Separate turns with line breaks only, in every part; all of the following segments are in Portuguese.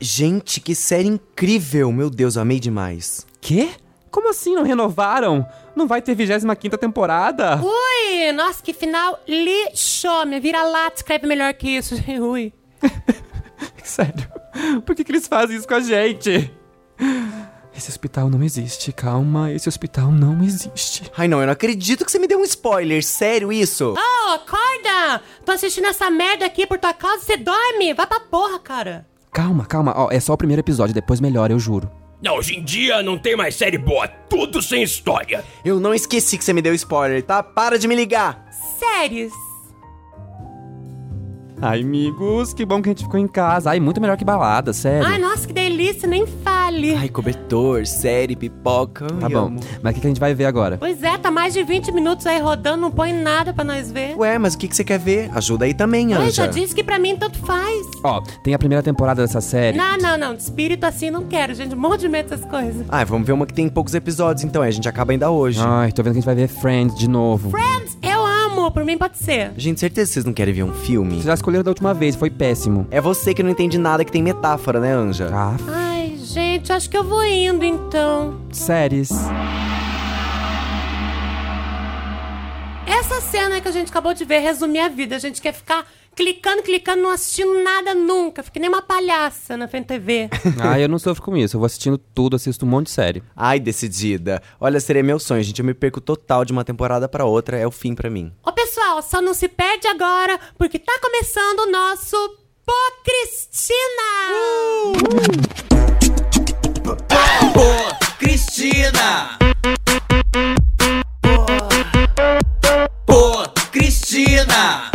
Gente, que série incrível! Meu Deus, eu amei demais.
Quê? Como assim não renovaram? Não vai ter 25 temporada?
Ui, nossa, que final lixo! Minha vira-lata escreve melhor que isso. Ui.
Sério, por que, que eles fazem isso com a gente? Esse hospital não existe, calma, esse hospital não existe.
Ai não, eu não acredito que você me deu um spoiler, sério isso?
Oh, acorda! Tô assistindo essa merda aqui por tua causa e você dorme! Vai pra porra, cara!
Calma, calma, ó, é só o primeiro episódio, depois melhora, eu juro.
Não, hoje em dia não tem mais série boa, tudo sem história.
Eu não esqueci que você me deu spoiler, tá? Para de me ligar!
Séries!
Ai, amigos, que bom que a gente ficou em casa. Ai, muito melhor que balada, sério.
Ai, nossa, que delícia, nem fale!
Ai, cobertor, série, pipoca.
tá
ai,
bom,
amo.
mas o que, que a gente vai ver agora?
Pois é, tá mais de 20 minutos aí rodando, não põe nada pra nós ver.
Ué, mas o que, que você quer ver? Ajuda aí também,
Ai,
Anja.
já disse que pra mim tanto faz.
Ó, tem a primeira temporada dessa série.
Não, não, não, de espírito assim não quero, gente, um monte de medo dessas coisas.
Ai, Ah, vamos ver uma que tem poucos episódios, então. é, A gente acaba ainda hoje.
Ai, tô vendo que a gente vai ver Friends de novo.
Friends, eu amo, por mim pode ser.
Gente, certeza que vocês não querem ver um filme?
Vocês já escolheram da última vez, foi péssimo.
É você que não entende nada que tem metáfora, né, Anja?
Ah,
Ai, gente, acho que eu vou indo então.
séries.
Essa cena que a gente acabou de ver resume a vida. A gente quer ficar clicando, clicando, não assistindo nada nunca. Fiquei nem uma palhaça na frente da TV.
Ai, Ah, eu não sofro com isso. Eu vou assistindo tudo, assisto um monte de série.
Ai, decidida. Olha, seria meu sonho, gente. Eu me perco total de uma temporada pra outra. É o fim pra mim.
Ô pessoal, só não se perde agora, porque tá começando o nosso Pô Cristina!
Cristina! Pô, Cristina!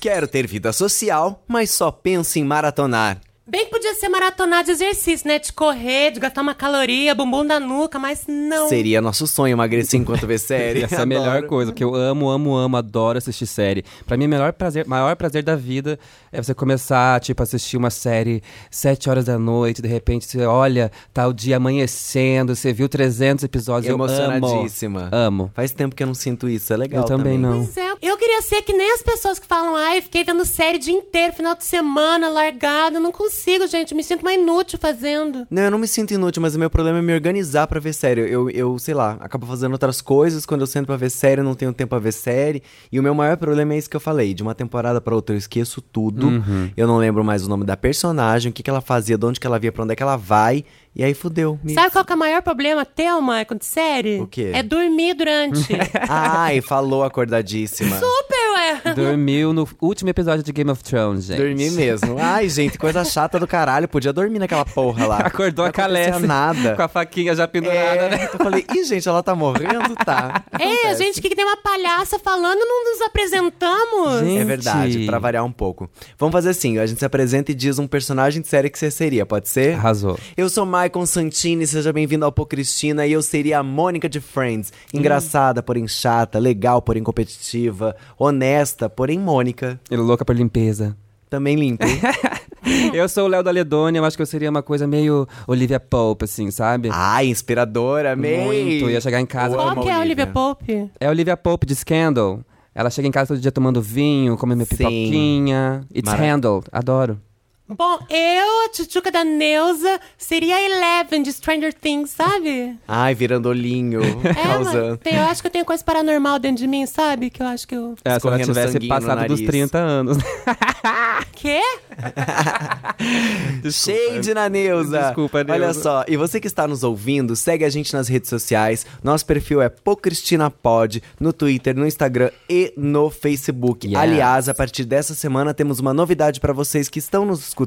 Quero ter vida social, mas só penso em maratonar.
Bem que podia ser maratonar de exercício, né? De correr, de gastar uma caloria, bumbum na nuca, mas não.
Seria nosso sonho emagrecer enquanto vê série.
Essa é a
Adoro.
melhor coisa, porque eu amo, amo, amo, adoro assistir série. Pra mim, o melhor prazer, maior prazer da vida é você começar, tipo, a assistir uma série sete horas da noite, de repente você olha, tá o dia amanhecendo, você viu 300 episódios, eu
Emocionadíssima.
Amo. amo.
Faz tempo que eu não sinto isso, é legal
Eu também não.
Pois é, eu queria ser que nem as pessoas que falam, ai, eu fiquei vendo série o dia inteiro, final de semana, largado. Não consigo, gente, me sinto uma inútil fazendo.
Não, eu não me sinto inútil, mas o meu problema é me organizar pra ver série. Eu, eu, sei lá, acabo fazendo outras coisas. Quando eu sento pra ver série, eu não tenho tempo pra ver série. E o meu maior problema é isso que eu falei. De uma temporada pra outra, eu esqueço tudo.
Uhum.
Eu não lembro mais o nome da personagem, o que, que ela fazia, de onde que ela via, pra onde é que ela vai. E aí fudeu. Me-
Sabe qual que é o maior problema, Thelma, com série?
O quê?
É dormir durante.
Ai, falou acordadíssima.
Super, ué!
Dormiu no último episódio de Game of Thrones, gente.
Dormi mesmo. Ai, gente, coisa chata do caralho. Podia dormir naquela porra lá.
Acordou
Não
a Calessa
acontecia nada.
com a faquinha já pendurada, né?
É, eu falei, ih, gente, ela tá morrendo? Tá.
É, a gente que tem uma palhaça falando, não nos apresentamos?
Gente.
É verdade, pra variar um pouco. Vamos fazer assim, a gente se apresenta e diz um personagem de série que você seria, pode ser?
Arrasou.
Eu sou Maicon Santini, seja bem-vindo ao Pocristina e eu seria a Mônica de Friends.
Hum.
Engraçada, porém chata, legal, porém competitiva, honesta, porém Mônica.
Ele é louca por limpeza.
Também limpa. hein?
Eu sou o Léo da Ledônia, eu acho que eu seria uma coisa meio Olivia Pope, assim, sabe?
Ai, Ah, inspiradora, amei.
Muito, ia chegar em casa
Eu
Qual
amo
que é a Olivia Pope?
É a Olivia Pope de Scandal. Ela chega em casa todo dia tomando vinho, comendo
Sim.
pipoquinha. It's
Mara-
handled. Adoro.
Bom, eu, a tchutchuca da Neuza, seria a Eleven de Stranger Things, sabe?
Ai, virandolinho,
É, mas
causando.
tem- eu acho que eu tenho coisa paranormal dentro de mim, sabe? Que eu acho que eu...
É, se ela
Escorrendo
tivesse
sanguinho no
passado dos
nariz.
30 anos. né?
Quê?
Shade na Neuza.
Desculpa, Neuza.
Olha só, e você que está nos ouvindo, segue a gente nas redes sociais. Nosso perfil é Pocristinapod, no Twitter, no Instagram e no Facebook.
Yes.
Aliás, a partir dessa semana temos uma novidade para vocês que estão nos escutando.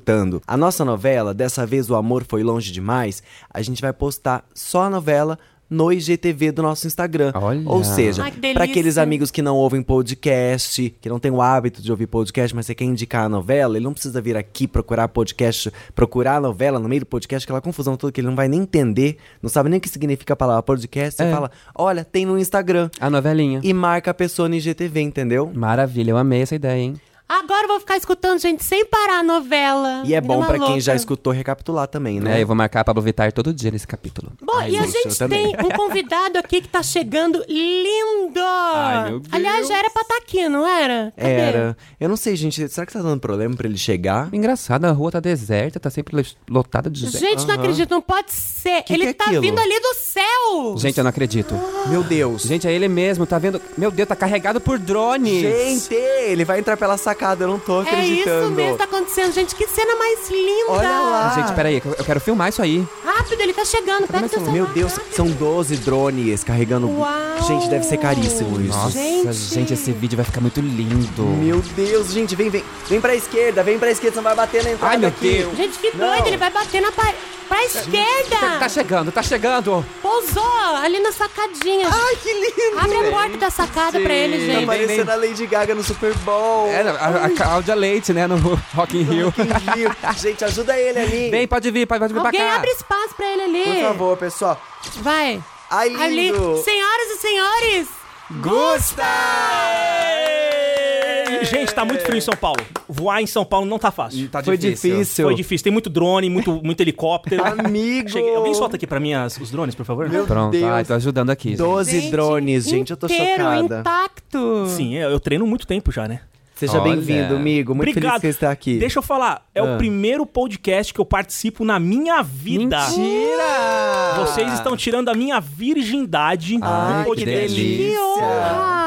A nossa novela, dessa vez O Amor Foi Longe Demais, a gente vai postar só a novela no IGTV do nosso Instagram.
Olha.
Ou seja,
Ai, que
para aqueles
delícia.
amigos amigos que não ouvem podcast, que não tem o hábito de ouvir podcast, mas você quer indicar a novela, ele não precisa vir aqui procurar podcast, procurar a novela no meio do podcast, aquela confusão toda que ele não vai nem entender, não sabe nem o que significa a palavra podcast.
É.
Você fala, olha, tem no Instagram.
a novelinha.
E marca a pessoa no IGTV, entendeu?
Maravilha, eu amei essa ideia, hein?
Agora eu vou ficar escutando, gente, sem parar a novela.
E é bom
Menina
pra quem
louca.
já escutou recapitular também, né?
É, eu vou marcar a Pablo Vittar todo dia nesse capítulo.
Bom,
Ai,
e a
Lúcia, eu
gente
também.
tem um convidado aqui que tá chegando lindo!
Ai, meu Deus.
Aliás, já era pra estar aqui, não era? Cadê?
Era. Eu não sei, gente. Será que tá dando problema pra ele chegar?
Engraçado, a rua tá deserta, tá sempre lotada de gente.
Gente, não acredito, não pode ser.
Que
Ele
que é
tá
aquilo?
vindo ali do céu!
Gente, eu não acredito.
Meu Deus.
Gente, é ele mesmo, tá vendo? Meu Deus, tá carregado por drones.
Gente, ele vai entrar pela sacada. Eu não tô
é isso
acreditando.
mesmo que tá acontecendo, gente. Que cena mais linda!
Olha lá.
Gente, peraí, eu eu quero filmar isso aí.
Rápido, ele tá chegando. Pega seu celular.
Meu Deus, são 12 drones carregando.
Uau.
Gente, deve ser caríssimo isso.
Nossa,
Gente.
gente, esse vídeo vai ficar muito lindo.
Meu Deus, gente, vem, vem. Vem pra esquerda, vem pra esquerda, senão vai bater na entrada.
Ai, meu
aqui.
Deus.
Gente, que
Não.
doido, ele vai bater na parede. Pra
Tá,
esquerda!
tá chegando, tá chegando.
Pousou ali na sacadinha.
Ai, que lindo!
Abre a
velho.
porta da sacada pra ele,
Gente.
Ah, Tá
gente.
parecendo a Lady Gaga no Super Bowl.
É, a, a Cláudia Leite, né, no Rock in Rio.
Que lindo. gente, ajuda ele ali.
Vem, pode vir, pode, pode vir
Alguém
pra cá.
abre espaço pra ele ali.
Por favor, pessoal.
Vai.
Ai, lindo.
Ali. Senhoras e senhores,
Gusta!
Gente, tá muito frio em São Paulo. Voar em São Paulo não tá fácil.
Tá
Foi difícil.
Foi difícil. Tem muito drone, muito, muito helicóptero.
Então, Amigo!
Cheguei- Alguém solta aqui pra mim as- os drones, por favor?
Meu
Pronto,
Deus.
ai, tô ajudando aqui. gente.
12 drones, gente, eu tô
inteiro,
chocada.
intacto.
Sim, eu eu treino muito tempo já, né?
Seja
Olha.
bem-vindo, amigo. Muito feliz
Obrigado.
que você está aqui. Ah.
Deixa eu falar, é o primeiro podcast que eu participo na minha vida.
Mentira!
Vocês estão tirando a minha virgindade.
Ai,
do
que
podcast.
delícia.
Que honra!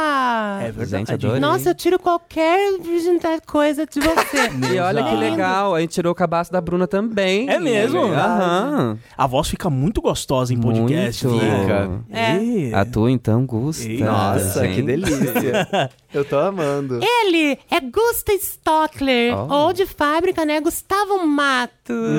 É verdade.
Gente, adorei.
Nossa, eu tiro qualquer virgindade coisa de você.
E olha que legal, a gente tirou o cabaço da Bruna também.
É mesmo?
Aham.
A voz fica muito gostosa em podcast.
Muito.
né?
É.
Ih.
A tua então gusta.
Ei,
Nossa,
gente.
que delícia. eu tô amando.
Ele é Gusta Stockler,
Oh.
ou de fábrica, né? Gustavo Mato.
Hum.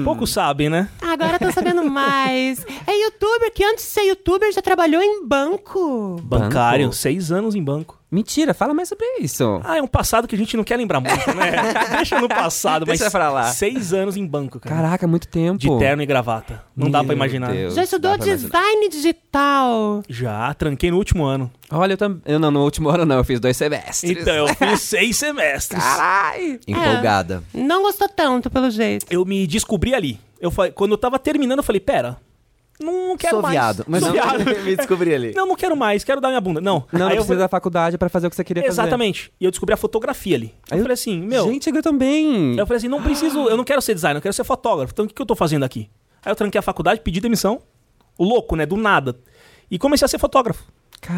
É, Poucos sabem, né?
Agora eu tô sabendo mais. É youtuber que antes de ser youtuber já trabalhou em banco.
Bancário,
Banco.
seis anos em banco.
Mentira, fala mais sobre isso.
Ah, é um passado que a gente não quer lembrar muito, né? Deixa no passado, mas.
Deixa pra lá.
Seis anos em banco, cara.
Caraca, muito tempo.
De terno e gravata. Não dá pra imaginar.
Já estudou design digital.
Já, tranquei no último ano.
Olha, eu também. Eu não, no último ano não, eu fiz dois semestres.
Então, eu fiz seis semestres.
Caralho!
É.
Empolgada.
Não gostou tanto, pelo jeito.
Eu me descobri ali. Eu falei, quando eu tava terminando, eu falei, pera. Não, não quero
Sou
mais.
viado. Mas
Sou
não,
viado.
me descobri ali.
Não, não quero mais, quero dar minha bunda. Não.
Não, não
Aí eu
precisa
falei-
da faculdade pra fazer o que você queria fazer.
Exatamente. E eu descobri a fotografia ali. Eu, falei assim, meu.
Gente, eu também.
Eu falei assim, não preciso, eu não quero ser designer, eu quero ser fotógrafo. Então o que, que eu tô fazendo aqui? Aí eu tranquei a faculdade, pedi demissão. O louco, né? Do nada. E comecei a ser fotógrafo.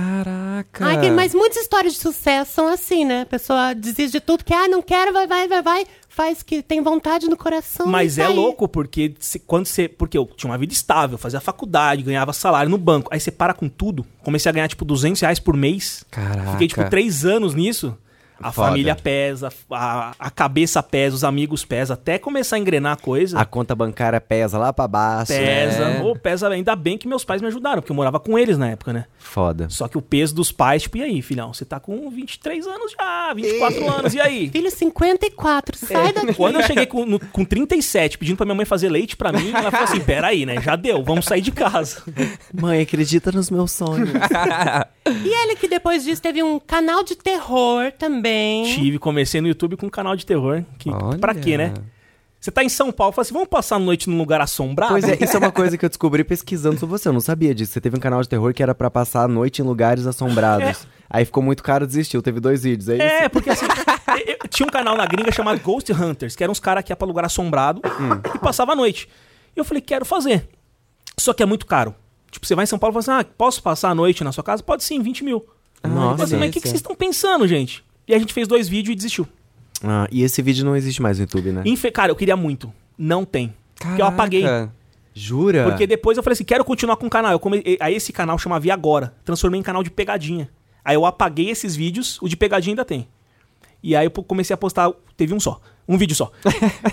Caraca.
Ai, que- mas muitas histórias de sucesso são assim, né? A pessoa desiste de tudo, que, ah, não quero, vai, vai, vai, vai. Faz que tem vontade no coração.
Mas
e tá
é
sai.
louco, porque se- quando você. Porque eu tinha uma vida estável, fazia faculdade, ganhava salário no banco. Aí você para com tudo. Comecei a ganhar, tipo, 200 reais por mês.
Caraca.
Fiquei, tipo, três anos nisso. A
Foda.
família pesa, a, a cabeça pesa, os amigos pesa, até começar a engrenar a coisa.
A conta bancária pesa lá pra baixo. né?
pesa,
É.
ou pesa, ainda bem que meus pais me ajudaram, porque eu morava com eles na época, né?
Foda.
Só que o peso dos pais, tipo, e aí, filhão? Você tá com 23 anos já, 24 anos, e aí?
Filho 54, sai daqui.
É. Quando eu cheguei com, no- com 37, pedindo pra minha mãe fazer leite pra mim, ela falou assim: peraí, né? Já deu, vamos sair de casa.
Uhum. Mãe, acredita nos meus sonhos.
E ele que depois disso teve um canal de terror também.
Tive, comecei no YouTube com um canal de terror. Que,
Olha.
pra quê, né? Você tá em São Paulo, fala assim: vamos passar a noite num lugar assombrado?
pois é, isso é uma coisa que eu descobri pesquisando sobre você. Eu não sabia disso. Você teve um canal de terror que era pra passar a noite em lugares assombrados. Aí ficou muito caro, desistiu. Teve dois vídeos, é isso?
É, porque assim, eu- eu- tinha um canal na gringa chamado Ghost Hunters, que eram uns caras que ia pra lugar assombrado e passava a noite. E eu falei, quero fazer. Só que é muito caro. Tipo, você vai em São Paulo e fala assim, ah, posso passar a noite na sua casa? Pode sim, 20 mil. Eu falei
Nossa.
assim, mas o que, que vocês estão pensando, gente? E a gente fez dois vídeos e desistiu.
Ah, e esse vídeo não existe mais no YouTube, né?
Infe- Cara, eu queria muito. Não tem. Porque eu apaguei.
Caraca. É.
Jura?
Porque depois eu falei assim, quero continuar com o canal. Eu come... e- Aí esse canal chamava E Agora. Transformei em canal de pegadinha. Aí eu apaguei esses vídeos, o de pegadinha ainda tem. E aí eu po- comecei a postar, teve um só, um vídeo só.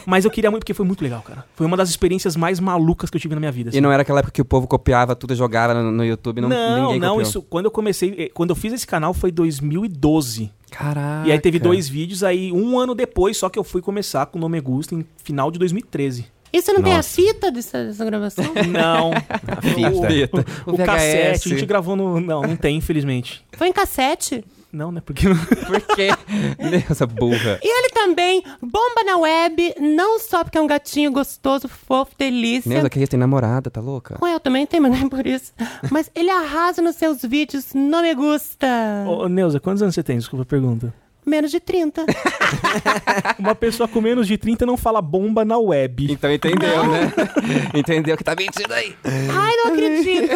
Mas eu queria muito, porque foi muito legal, cara. Foi uma das experiências mais malucas que eu tive na minha vida. assim.
E não era aquela época que o povo copiava tudo, e jogava no, no YouTube, não,
não,
ninguém
não
copiou.
isso, quando eu comecei, eh, quando eu fiz esse canal foi 2012.
Caraca.
E aí teve dois vídeos, aí um ano depois só que eu fui começar com o Nome Gusta em final de 2013.
E você não tem a
Nossa.
fita dessa, dessa gravação?
Não.
fita.
O,
Fita.
o,
O VHS.
cassete, a gente gravou no. Não, não tem, infelizmente.
Foi em cassete?
Não, né? Porque não...
Por quê? Essa burra.
E ele também bomba na web, não só porque é um gatinho gostoso, fofo, delícia.
Neuza Carreiro tem namorada, tá louca?
Com eu também tem, mas não é por isso. Mas ele arrasa nos seus vídeos, não me gusta.
Ô, ô, Neuza, quantos anos você tem? Desculpa a pergunta.
Menos de 30.
Uma pessoa com menos de 30 não fala bomba na web.
Então entendeu, né? entendeu que tá mentindo aí.
Ai, não acredito.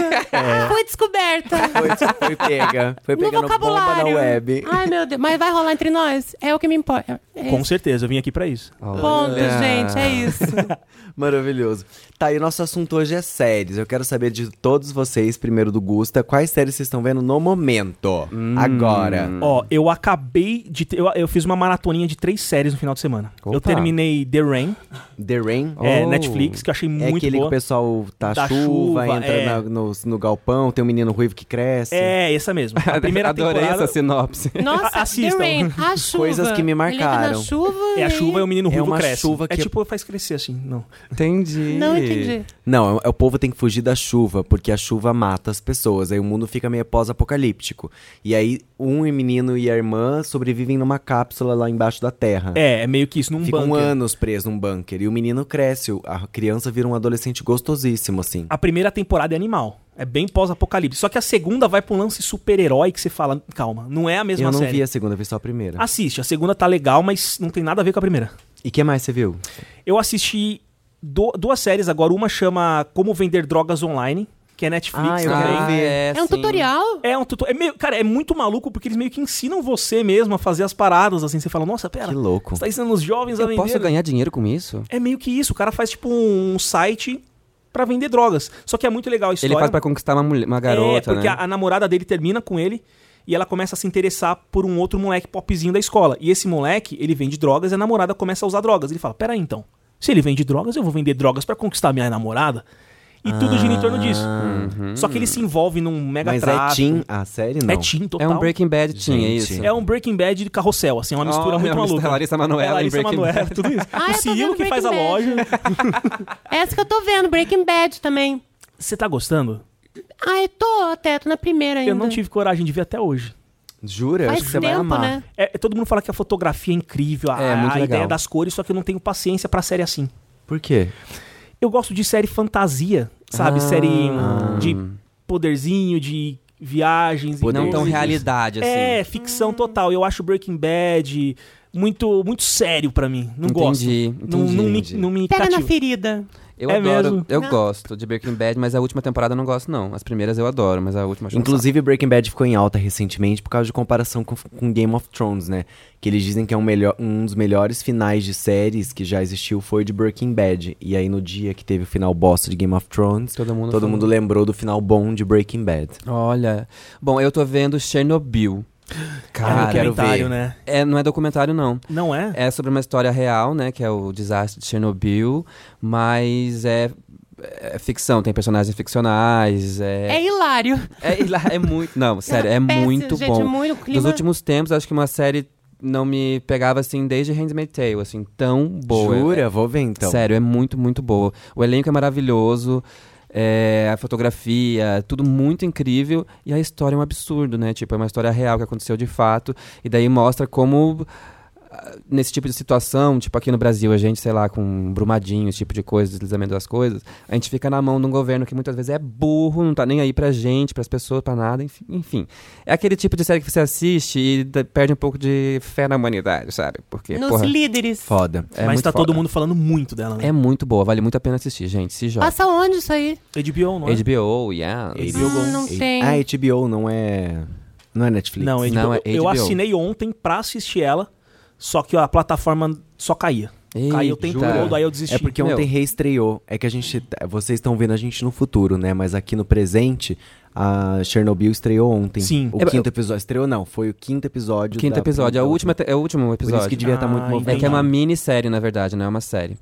Foi descoberta.
Foi, foi pega. Foi
no
pegando bomba na
vocabulário.
web.
Ai, meu Deus. Mas vai rolar entre nós? É o que me importa. É
Com
isso.
certeza, eu vim aqui pra isso.
Ponto,
Olha.
gente. É isso.
Maravilhoso. Tá, e o nosso assunto hoje é séries. Eu quero saber de todos vocês, primeiro do Gusta, quais séries vocês estão vendo no momento.
Hum.
Agora.
Ó, eu acabei de. ter- eu, eu fiz uma maratoninha de três séries no final de semana. Eu
Opa.
terminei The Rain,
The Rain.
é,
Oh.
Netflix, que eu achei
É
muito
aquele
boa.
que o pessoal tá
Da
chuva,
chuva,
entra
é.
na- no, no galpão, tem um menino ruivo que cresce.
É, essa mesmo. A primeira
Adorei
temporada.
essa sinopse.
Nossa,
Assistam.
The Rain, a chuva.
Coisas que me
Ele entra
marcaram.
na chuva
É a chuva e o menino
É
ruivo
uma
cresce.
chuva
É
que-
tipo, faz crescer assim. Não.
Entendi.
Não entendi.
Não, é- o povo tem que fugir da chuva, porque a chuva mata as pessoas. Aí o mundo fica meio pós-apocalíptico. E aí, um menino e a irmã sobrevivem numa cápsula lá embaixo da terra.
É, é meio que isso num
Ficam
bunker.
um anos preso num bunker. E o menino cresce, o- a criança vira um adolescente gostosíssimo, assim.
A primeira temporada é animal. É bem pós-apocalipse. Só que a segunda vai pra um lance super-herói que você fala, calma, não é a mesma
Eu não
série.
vi a segunda, vi só a primeira.
Assiste, a segunda tá legal, mas não tem nada a ver com a primeira.
E que mais você viu?
Eu assisti do- duas séries agora. Uma chama Como Vender Drogas Online, que é Netflix
Ah, eu
também.
quero ver.
é,
É um
sim.
tutorial?
É um tutor... é meio... Cara, é muito maluco porque eles meio que ensinam você mesmo a fazer as paradas, assim. Você fala, nossa, pera,
Que louco.
você tá ensinando os jovens a
Eu
vender...
posso ganhar dinheiro com isso?
É meio que isso. O cara faz, tipo, um site pra vender drogas. Só que é muito legal a história.
Ele faz pra conquistar uma, mulher, uma garota,
É, porque
né?
a, a namorada dele termina com ele e ela começa a se interessar por um outro moleque popzinho da escola. E esse moleque, ele vende drogas e a namorada começa a usar drogas. Ele fala, peraí então, se ele vende drogas, eu vou vender drogas pra conquistar minha namorada? E tudo gira em torno disso.
Ah,
Só que ele
uhum.
se envolve num mega
Mas é
tráfico.
Tim, a série não.
É teen total.
É um Breaking Bad teen, é
Gente.
isso?
É um Breaking Bad de carrossel, assim, uma mistura
Oh,
muito
é uma mistura
maluca.
Larissa Manoela
É
em
Larissa
Breaking
Manoela,
Bad.
tudo isso.
Ah, eu
o
tô
Cirilo
vendo
é assim, que faz a
Breaking
loja.
Essa que eu tô vendo, Breaking Bad também.
Você tá gostando?
Ai, tô até, tô na primeira ainda.
Eu não tive coragem de ver até hoje.
Jura?
Faz
Acho que você
tempo,
vai amar.
né?
É, todo mundo fala que a fotografia é incrível, a,
É, muito
a
legal.
ideia das cores, só que eu não tenho paciência pra série assim.
Por quê?
Eu gosto de série fantasia, sabe?
Ah.
Série de poderzinho, de viagens. e
Poder.
Não
coisas.
tão realidade, assim.
É, ficção total. Eu acho Breaking Bad muito muito sério pra mim. Não
Entendi,
gosto. Não,
entendi,
não
entendi.
me, não me
Pega na
cativa.
ferida.
Eu
É
adoro,
mesmo?
eu
Não.
gosto de Breaking Bad, mas a última temporada eu não gosto, não. As primeiras eu adoro, mas a última eu acho um
Inclusive, Breaking Bad ficou em alta recentemente por causa de comparação com, com Game of Thrones, né? Que eles dizem que é um, melhor, um dos melhores finais de séries que já existiu foi de Breaking Bad. E aí, no dia que teve o final bosta de Game of Thrones,
Todo mundo
todo
falou.
mundo lembrou do final bom de Breaking Bad.
saco. Olha. Bom, eu tô vendo Chernobyl.
É
Cara,
um
quero
documentário,
ver.
né?
é, não é documentário, não.
Não é?
É sobre uma história real, né? Que é o desastre de Chernobyl, mas é, é ficção, tem personagens ficcionais.
É,
É,
hilário.
é, hila- é muito. Não, sério, é
Péssimo,
muito
gente,
bom.
Muito, o
Nos
clima...
últimos tempos, acho que uma série não me pegava assim desde Handmaid's Tale, assim, tão boa.
Jura? Vou ver então.
Sério, é muito, muito boa. O elenco é maravilhoso, é, a fotografia, tudo muito incrível. E a história é um absurdo, né? Tipo, é uma história real que aconteceu de fato. E daí mostra como, ah, nesse tipo de situação, tipo aqui no Brasil, a gente, sei lá, com brumadinho, esse tipo de coisa, deslizamento das coisas, a gente fica na mão de um governo que muitas vezes é burro, não tá nem aí pra gente, pras pessoas, pra nada, enfim. enfim. É aquele tipo de série que você assiste e da- perde um pouco de fé na humanidade, sabe? Porque,
Nos
porra,
líderes.
Foda.
é
Mas
muito
tá todo
foda.
mundo falando muito dela, né?
É muito boa, vale muito a pena assistir, gente. Se joga.
Passa onde isso aí?
HBO, não é?
HBO, yeah.
Eles-
HBO. Ah, não
E-
tem.
Ah, HBO não é. Não é Netflix.
Não, HBO.
Não, é
Eu
HBO.
assinei ontem pra assistir ela, só que a plataforma só caía. Caiu o tempo
Eita.
todo, aí eu desisti.
É porque
Meu.
ontem reestreou. É que a gente. tá- Vocês estão vendo a gente no futuro, né? Mas aqui no presente, a Chernobyl estreou ontem.
Sim.
O
É,
quinto episódio. Estreou não, foi o quinto episódio.
Quinto
da-
episódio, é, a
da
última, te- é o último
Por isso que
episódio. então
devia estar
Ah,
muito
entendi.
movimentado.
É que é uma minissérie, na verdade, não é uma né? série.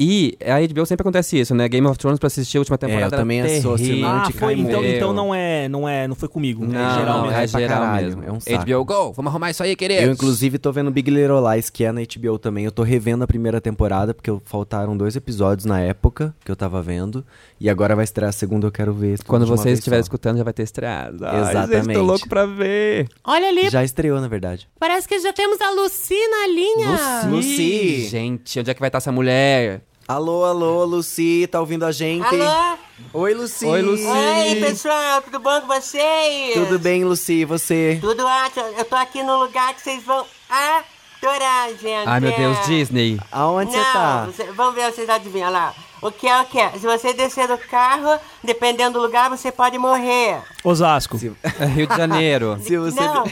E a HBO sempre acontece isso, né? Game of Thrones pra assistir a última temporada.
É, eu
era
também assim,
terrível.
associo, não,
Ah,
Anti-
foi, então,
Caimeu.
então não é, não é, não foi comigo.
Não,
é geral
não,
mesmo.
é
é pra
geral
caralho,
mesmo.
é um saco.
HBO Go, vamos arrumar isso aí, queridos.
Eu, inclusive, tô vendo Big Little Lies, que é na HBO também. Eu tô revendo a primeira temporada, porque faltaram dois episódios na época que eu tava vendo. E agora vai estrear a segunda, eu quero ver. tudo
Quando
de uma
vocês
vez
estiverem
só.
escutando, já vai ter estreado. Ai,
Exatamente.
Gente, tô louco pra ver.
Olha ali,
Já estreou, na verdade.
parece que já temos a Lucy na linha.
Lucy.
Gente, onde é que vai estar essa mulher?
Alô, alô, Lucy, tá ouvindo a gente?
Alô?
Oi, Lucy.
Oi, Lucy.
Oi, pessoal, tudo bom com vocês?
Tudo bem, Lucy? E Você?
Tudo ótimo. Eu tô aqui num lugar que vocês vão Ah! adorar, gente.
Ai, meu Deus,
É.
Disney.
Aonde você
Não,
tá?
você- vamos ver, vocês adivinham lá. O que é o que é? Se você descer do carro, dependendo do lugar, você pode morrer.
é.
Osasco.
Rio de Janeiro.
Se você...
Não.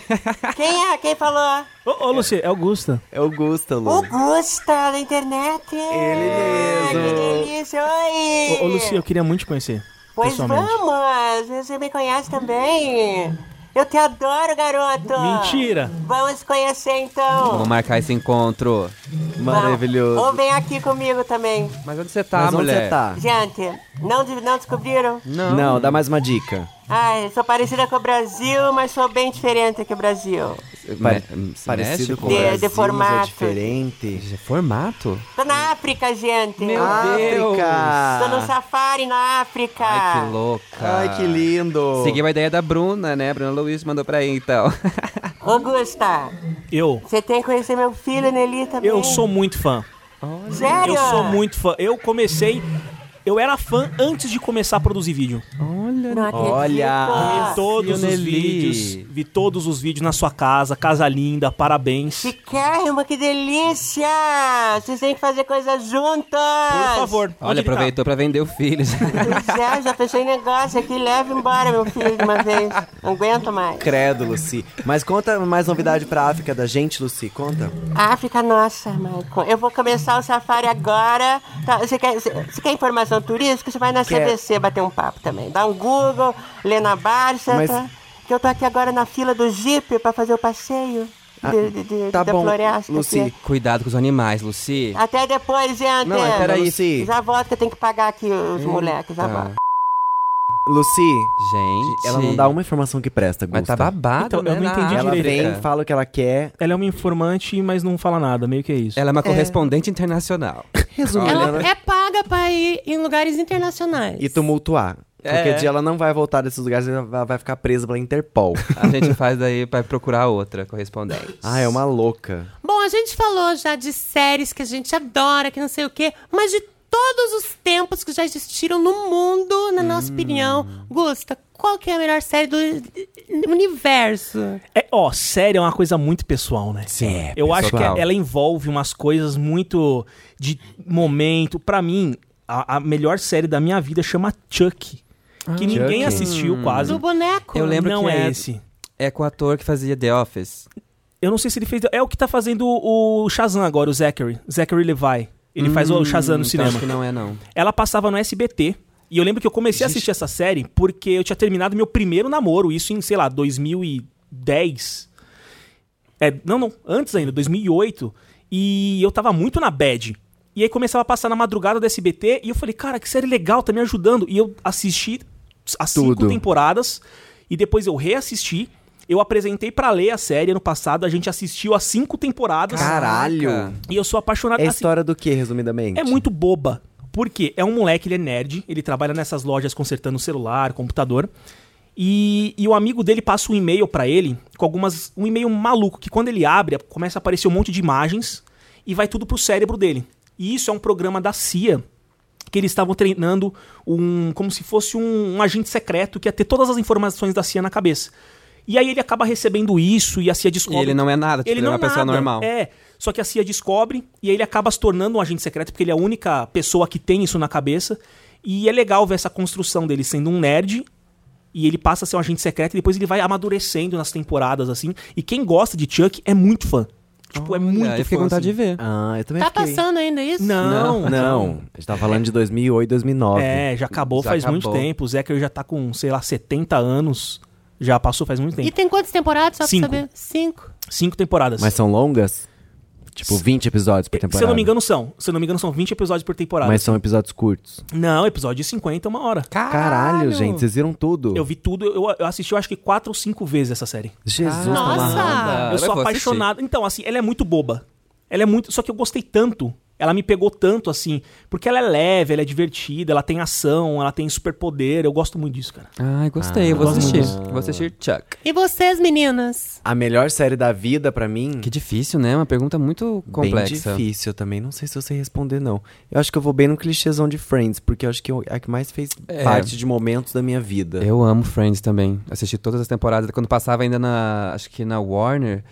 Quem é? Quem falou?
Ô, ô Lucy, é Augusta.
É o Gusta, Lu.
Augusta, da internet. Ele
mesmo.
Que delícia, oi.
Ô, ô Lucy, eu queria muito te conhecer.
Pois
pessoalmente.
vamos, você me conhece também. Eu te adoro, garoto.
Mentira.
Vamos conhecer então.
Vamos marcar esse encontro.
Maravilhoso.
Ou vem aqui comigo também.
Mas onde você tá,
Mas onde
mulher?
você tá?
Gente, não, de- não descobriram?
Não. dá mais uma dica.
Ai, sou parecida com o Brasil, mas sou bem diferente que o Brasil.
Pare-
Me-
Parecido
México?
com o
De- de
Brasil, mas é
formato.
diferente.
É Formato?
Tô na África, gente. Ah, Tô no
África!
safari na África.
Ah. Ai, que louca.
Ah. Ai, que lindo!
Seguiu a ideia da Bruna, né? Bruna Luiz mandou pra aí, então.
tá?
Augusta,
Eu.
você tem que conhecer meu filho Nelly também.
Eu sou muito fã.
Sério?
Eu sou muito fã. Eu comecei. Eu era fã antes de começar a produzir vídeo.
Não acredito. Ah,
Olha.
todos os
Nelly.
vídeos. Vi todos os vídeos na sua casa, casa linda, parabéns.
Chiquérrimo, que delícia! Vocês têm que fazer coisas juntas!
Por favor. onde
Olha,
ele tá?
aproveitou pra vender o filho.
Pois é, já fechei negócio aqui, leve embora meu filho de uma vez. Não aguento mais.
Credo, Lucy. Mas conta mais novidade pra África da gente, Lucy. Conta.
África, nossa, Michael. Eu vou começar o safari agora. Tá, você, quer, você- você quer informação turística? Você vai na
Quero.
CBC bater um papo também. Dá um Google, lê na Barça.
Mas-
tá? Que eu tô aqui agora na fila do Jeep pra fazer o passeio de- de- de-
tá
da
bom,
floresta.
Lucy.
aqui.
Cuidado com os animais, Lucy.
Ah,
Até depois, gente.
Não, mas peraí, Lucy.
Já volto que eu tenho que pagar aqui os moleques. Já volto.
Lucy,
Tá. Gente.
tá ela não dá uma informação que presta, Gusta.
Mas tá babado,
Então, eu
né?
não
na
entendi
Ela
África.
direito.
vem, fala o que ela quer.
Ela é uma informante, mas não fala nada, meio que é isso.
Ela é uma correspondente internacional.
Resumindo,
Ela
ela-
é paga pra ir em lugares internacionais.
né? e tumultuar.
É.
Porque dia ela não vai voltar desses lugares, ela vai- vai ficar presa pela Interpol.
A gente faz daí pra procurar outra correspondente.
ah, é uma louca.
Bom, a gente falou já de séries que a gente adora, que não sei o quê, mas de todos os tempos que já existiram no mundo, na nossa opinião, Gusta, qual que é a melhor série do universo?
É, ó, série é uma coisa muito pessoal, né? Sim. Eu acho que
pessoal.
ela envolve umas coisas muito de momento. Pra mim, a, a melhor série da minha vida chama Chuck. Que ninguém
Chuck.
assistiu quase.
Do boneco? Tá
Eu lembro
não
que
é
é-
esse.
É com o ator que fazia The Office.
Eu não sei se ele fez. É o que tá fazendo o Shazam agora, o Zachary. Zachary Levi. Ele faz o Shazam no
então
cinema.
Acho que não é, não.
Ela passava no SBT. E eu lembro que eu comecei a assistir essa série porque eu tinha terminado meu primeiro namoro, isso em, sei lá, 2010. É, não, não, antes ainda, 2008. E eu tava muito na bad. E aí começava a passar na madrugada do SBT e eu falei, cara, que série legal, tá me ajudando. E eu assisti as cinco
Tudo.
temporadas e depois eu reassisti. Eu apresentei pra ler a série ano passado, a gente assistiu as cinco temporadas.
Caralho.
Caraca.
E eu sou apaixonado.
É
assim,
história do que, resumidamente?
é muito boba. Porque é um moleque, ele é nerd, ele trabalha nessas lojas consertando celular, computador. E, e o amigo dele passa um e-mail pra ele, com algumas. Um e-mail maluco, que quando ele abre, começa a aparecer um monte de imagens e vai tudo pro cérebro dele. E isso é um programa da CIA que eles estavam treinando um. como se fosse um, um agente secreto que ia ter todas as informações da CIA na cabeça. E aí ele acaba recebendo isso e a CIA
E
descobre.
ele não é nada, tipo,
Ele não
é uma pessoa
nada.
normal.
É, só que a CIA descobre e aí ele acaba se tornando um agente secreto porque ele é a única pessoa que tem isso na cabeça. E é legal ver essa construção dele sendo um nerd e ele passa a ser um agente secreto e depois ele vai amadurecendo nas temporadas assim. E quem gosta de Chuck é muito fã. Tipo, é muito
Eu fiquei
fã.
com vontade
assim.
de ver.
Ah, eu também
Tá
fiquei.
passando ainda isso?
Não, não.
Não, a gente tá falando de 2008, 2009.
É, já acabou
Já
faz muito
acabou.
tempo. O Zecker já tá com, sei lá, 70 anos. Já passou faz muito tempo.
E tem quantas temporadas, só
Cinco.
pra saber? Cinco.
Cinco temporadas.
Mas são longas? Tipo, 20 episódios por temporada.
Se eu não me engano, são. Se eu não me engano, são 20 episódios por temporada.
Mas são episódios curtos.
Não, episódio de 50 é uma hora.
Caralho, gente, vocês viram tudo.
Eu vi tudo, eu, eu assisti eu acho que quatro ou cinco vezes essa série.
Jesus,
Nossa!
amado.
Ah,
eu sou
vou assistir.
apaixonado. Então, assim, ela é muito boba. Ela é muito. Só que eu gostei tanto. Ela me pegou tanto, assim. Porque ela é leve, ela é divertida, ela tem ação, ela tem superpoder. Eu gosto muito disso, cara.
Ai, gostei, eu vou assistir. Vou assistir Chuck.
E vocês, meninas?
A melhor série da vida pra mim.
Que difícil, né? Uma pergunta muito complexa.
Bem difícil eu também. Não sei se eu sei responder, não. Eu acho que eu vou bem no clichêzão de Friends, porque eu acho que eu- é a que mais fez
É.
parte de momentos da minha vida.
Eu amo Friends também. Assisti todas as temporadas. Quando passava ainda na. Acho que na Warner.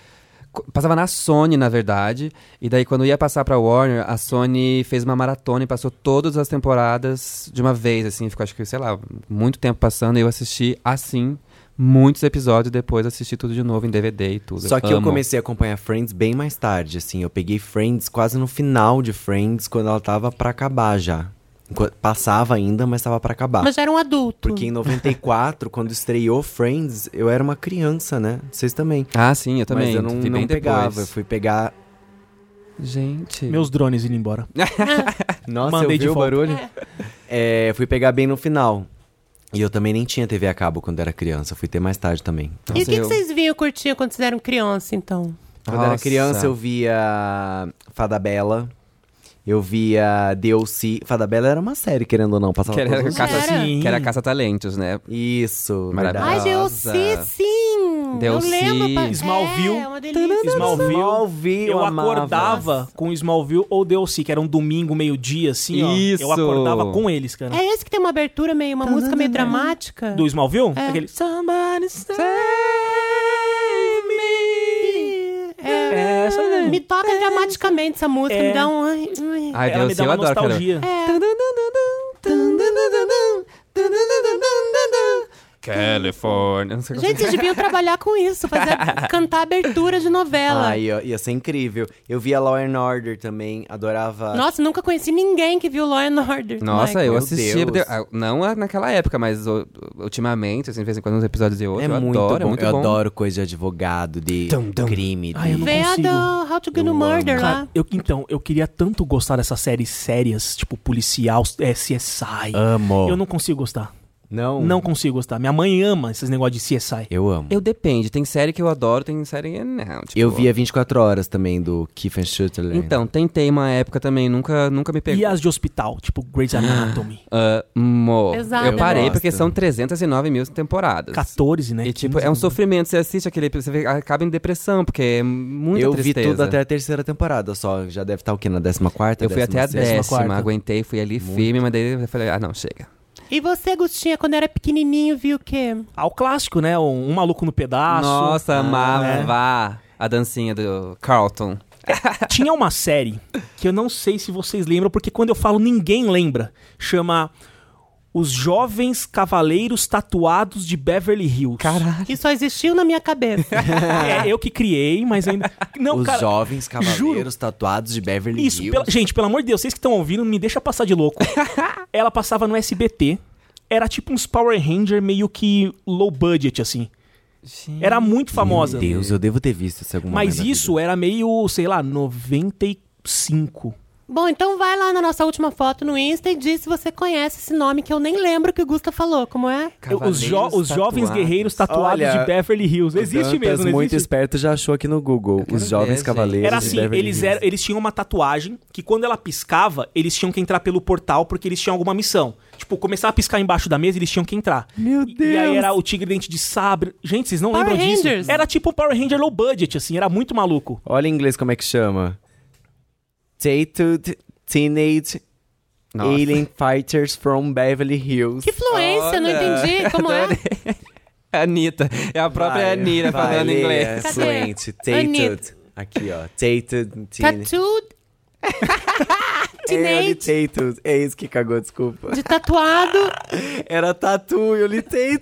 Co- Passava na Sony, na verdade. E daí, quando ia passar pra Warner, a Sony fez uma maratona e passou todas as temporadas de uma vez, assim. Ficou, acho que, sei lá, muito tempo passando. E eu assisti assim, muitos episódios. Depois assisti tudo de novo em DVD e tudo.
Só que eu
Amo.
comecei a acompanhar Friends bem mais tarde, assim. Eu peguei Friends quase no final de Friends, quando ela tava pra acabar já. Enqu- Passava ainda, mas tava pra acabar.
Mas já era um adulto.
Ah. Porque em 94, quando estreou Friends, eu era uma criança, né? Vocês também.
Ah, sim, eu também.
Mas eu não,
Vi bem
não pegava.
depois.
Eu fui pegar.
Gente.
Meus drones indo embora.
Nossa,
Mandei
eu
de
vi o
volta.
barulho. É, fui pegar bem no final. E eu também nem tinha TV a cabo quando era criança. eu Fui ter mais tarde também.
E o
Nossa,
que, que
eu-
vocês vinham e curtiam quando vocês eram criança, então?
Quando era
Nossa.
criança, eu via Fada Bela. Eu via DLC. Fada Bela era uma série, querendo ou não. Passava
Que era,
todos os-
caça,
Era.
que era Caça-Talentos, né?
Isso,
Maravilhosa.
verdade.
Ai, Deus, sim!
Deus,
eu lembro. pa-
Smallville.
É, uma delícia.
Smallville.
Smallville,
Eu
eu amava.
acordava com Smallville ou DLC, que era um domingo, meio-dia, assim, ó.
Isso.
Eu acordava com eles, cara.
É esse que tem uma abertura meio, uma música meio dramática?
Do Smallville?
É.
Aquele...
Somebody save me. É,
essa mesmo.
me toca dramaticamente essa música,
É.
me dá um. ai, ai. É.
Ai,
Ela me
Deus,
dá
eu
uma
adoro. cara.
nostalgia.
Califórnia. Não sei como
Gente, vocês deviam trabalhar com isso, fazer cantar abertura de novela.
Ai, ia, ia ser incrível. Eu via Law and Order também. Adorava.
Nossa, nunca conheci ninguém que viu Law and Order.
Nossa,
Michael.
eu
Meu
assistia.
Deus.
ah, Não a- naquela época, mas o- ultimamente, assim, de vez em quando, uns episódios e outros.
É
eu
muito
adoro,
bom.
é muito
eu
bom.
adoro coisa de advogado, de
Dum, dum.
crime.
Ai, eu
de-
não
Vê a
consigo.
do How to Get a
Eu
Murder
Cara,
lá.
eu, então, eu queria tanto gostar dessas séries sérias, tipo policial, é, CSI.
Ah,
Amo.
Eu não consigo gostar.
Não.
Não consigo gostar. Minha mãe ama esses negócios de CSI.
Eu amo.
Eu depende. Tem série que eu adoro, tem série que não. Tipo,
Eu via 24 horas também do Kiefer Schuttler.
Então, tentei uma época também, nunca, nunca me pegou.
E as de hospital, tipo
Ah,
Grey's Anatomy.
Amo.
Exato,
eu
eu
parei
gosto.
porque são 309 mil temporadas.
14, né?
E tipo, é um sofrimento. Você assiste aquele episódio, você acaba em depressão, porque é muita
eu
tristeza.
vi tudo até a terceira temporada só. Já deve estar o quê? Na 14?
Eu fui até a
16ª?
décima, aguentei, fui ali firme, mas daí eu falei, ah, não, chega.
E você, Gustinha, quando era pequenininho, viu o quê?
Ao clássico, né? Um, um maluco no pedaço. Ah,
Nossa,
é.
amava a dancinha do Carlton.
Tinha uma série que eu não sei se vocês lembram, porque quando eu falo ninguém lembra. Chama Os Jovens Cavaleiros Tatuados de Beverly Hills. Caralho.
Que só existiu na minha cabeça.
É, eu que criei, mas ainda. Não,
Os
cara.
jovens cavaleiros
juro.
tatuados de Beverly
Isso,
Hills.
pela- gente, pelo amor de Deus, vocês que estão ouvindo, não me deixa passar de louco. Ela passava no SBT. Era tipo uns Power Ranger meio que low budget, assim. Era muito famosa.
Meu Deus, eu devo ter visto isso em algum
Mas
momento da
isso era meio, sei lá, 95.
Bom, então vai lá na nossa última foto no Insta e diz se você conhece esse nome que eu nem lembro que o Gusta falou, como é?
Eu- os, jo- os jovens guerreiros tatuados
Olha,
de Beverly Hills.
vida.
Existe
Dantas,
mesmo, não
muito
existe?
esperto, já achou aqui no Google.
quero
Os jovens
ver, gente.
cavaleiros
Era
de
assim,
Beverly
eles,
Hills.
eram, eles tinham uma tatuagem que quando ela piscava, eles tinham que entrar pelo portal porque eles tinham alguma missão. Tipo, começava a piscar embaixo da mesa, eles tinham que entrar. Meu Deus! E aí era o tigre dente de sabre. Gente, vocês não
Power
lembram
Rangers.
disso? Era tipo um Power Ranger low budget, assim, era muito maluco.
Olha em inglês como é que chama. Tattooed Teenage
Nossa.
Alien Fighters from Beverly Hills.
Que fluência, não entendi. Como é?
Anitta, é a própria Anira falando
é.
inglês.
Cadê?
Fluente.
Anitta.
Tattooed. Aqui, ó. Tattooed Teenage...
Tattooed
É, eu li
Teenage
Tattooed. É isso que cagou, desculpa.
de tatuado.
Era tatu, eu li Tattooed.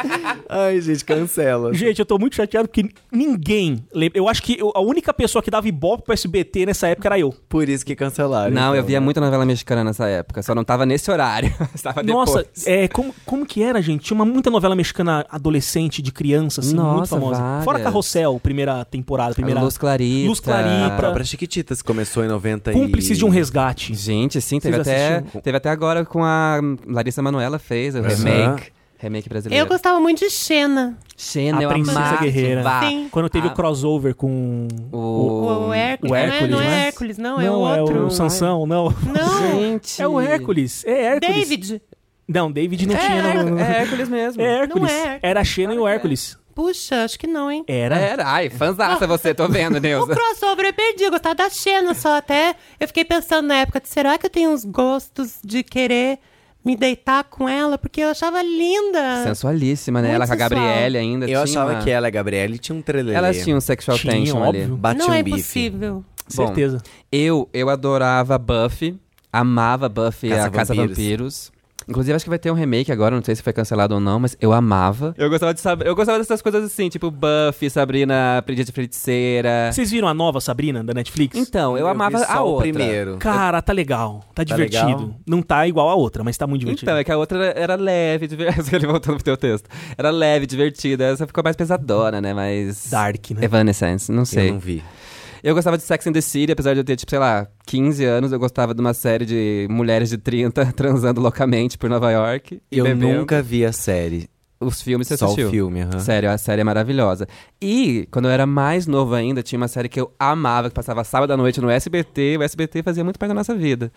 Ai, gente, cancela.
Gente, eu tô muito chateado porque ninguém lembra. Eu acho que eu- a única pessoa que dava ibope pro SBT nessa época era eu.
Por isso que cancelaram.
Não, eu
então,
via
né?
muita novela mexicana nessa época, só não tava nesse horário. Estava depois.
Nossa, é, como, como que era, gente? Tinha uma, muita novela mexicana adolescente, de criança, assim, muito
Nossa,
famosa. Fora
várias.
Carrossel, primeira temporada, primeira.
Luz Clarita.
Luz Clarita.
A própria Chiquititas começou em 90
Cúmplices
e...
de um resgate.
Gente, sim, teve
Vocês
até,
assistiram?
teve até agora com a Larissa Manoela fez o
Aham.
remake. Remake brasileiro.
Eu gostava muito de Xena.
Xena,
A
eu
Princesa
amava.
Guerreira.
Sim.
Quando teve
Ah.
o crossover com.
O...
O, o Hércules.
o
não, é, não
Hércules,
é
né?
Hércules, não, é o outro.
É o Sansão, não.
Não,
Gente.
É o Hércules. É Hércules.
David.
Não, David não tinha.
Hércules-
no-
é Hércules mesmo.
É Hércules.
Não é Hércules.
Era a Xena e
Claro
o
que é.
Hércules.
Puxa, acho que não, hein?
Era.
Era. Ai, fanzaça você, tô vendo,
O
Neuza.
crossover eu perdi, eu gostava da Xena só até. Eu fiquei pensando na época, será que eu tenho uns gostos de querer me deitar com ela? Porque eu achava linda.
Sensualíssima, né?
Muito
Ela com a
sensual.
Gabrielle ainda.
Eu
tinha
achava
uma-
que ela e a Gabriela tinham um trelelê.
Elas tinham um sexual
Tinha,
tension
óbvio.
ali.
Bate
não
um
é
bife.
impossível.
Bom,
Certeza.
Eu, eu adorava Buffy, amava Buffy
Caça
a Casa
Vampiros.
Vampiros. Inclusive, acho que vai ter um remake agora, não sei se foi cancelado ou não, mas eu amava. Eu gostava de saber. Eu gostava dessas coisas assim, tipo Buffy, Sabrina, Aprendiz de Feiticeira.
Vocês viram a nova Sabrina da Netflix?
é. Então, eu,
vi
amava
só
a
o
outra.
primeiro.
Cara, tá legal. Tá, divertido.
legal?
Não tá igual a outra, mas tá muito divertido.
Então, é que a outra era- era leve, divertida. Ele voltando pro teu texto. Era leve, divertida. Essa ficou mais pesadona, né? Mais.
Dark, né?
Evanescence, não
Eu
sei.
não vi.
Eu gostava de Sex and the City, apesar de eu ter, tipo, sei lá, 15 anos, eu gostava de uma série de mulheres de 30 transando loucamente por Nova York. e
Eu
bebendo.
nunca vi a série.
Os filmes você
Só
assistiu.
o filme, aham.
Sério, a série é maravilhosa. E, quando eu era mais novo ainda, tinha uma série que eu amava, que passava sábado à noite no SBT. O SBT fazia muito parte da nossa vida.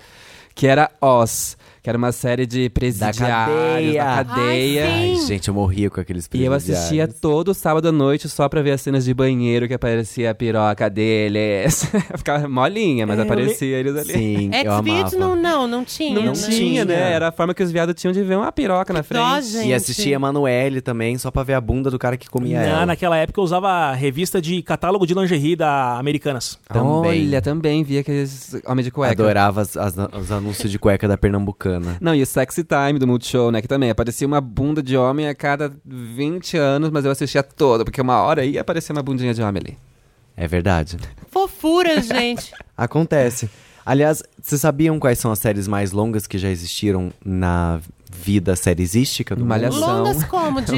Que era Oz. Que era uma série de presidiários da
cadeia.
cadeia.
Ai, Ai, gente, eu morria com aqueles
E eu assistia todo sábado à noite só pra ver as cenas de banheiro que aparecia a piroca deles. Ficava molinha, mas
É, eu
aparecia eles ali.
Sim, eu amava.
X-Video É não, não, não tinha.
Não
né?
tinha, né? Era a forma que os viados tinham de ver uma piroca na frente.
Dó, gente.
E assistia Emanuele também, só pra ver a bunda do cara que comia
Na,
é.
ela.
naquela época eu usava a revista de catálogo de lingerie da Americanas.
Também.
Olha, também via aqueles homens de cueca.
Adorava as- as- os anúncios de cueca da Pernambucana.
Não, e o Sexy Time do Multishow, né? Que também aparecia uma bunda de homem a cada 20 anos, mas eu assistia toda, porque uma hora ia aparecer uma bundinha de homem ali.
É verdade.
Fofura, gente.
Acontece. Aliás, vocês sabiam quais são as séries mais longas que já existiram na vida seriesística do
Malhação.
mundo?
Longas como? De,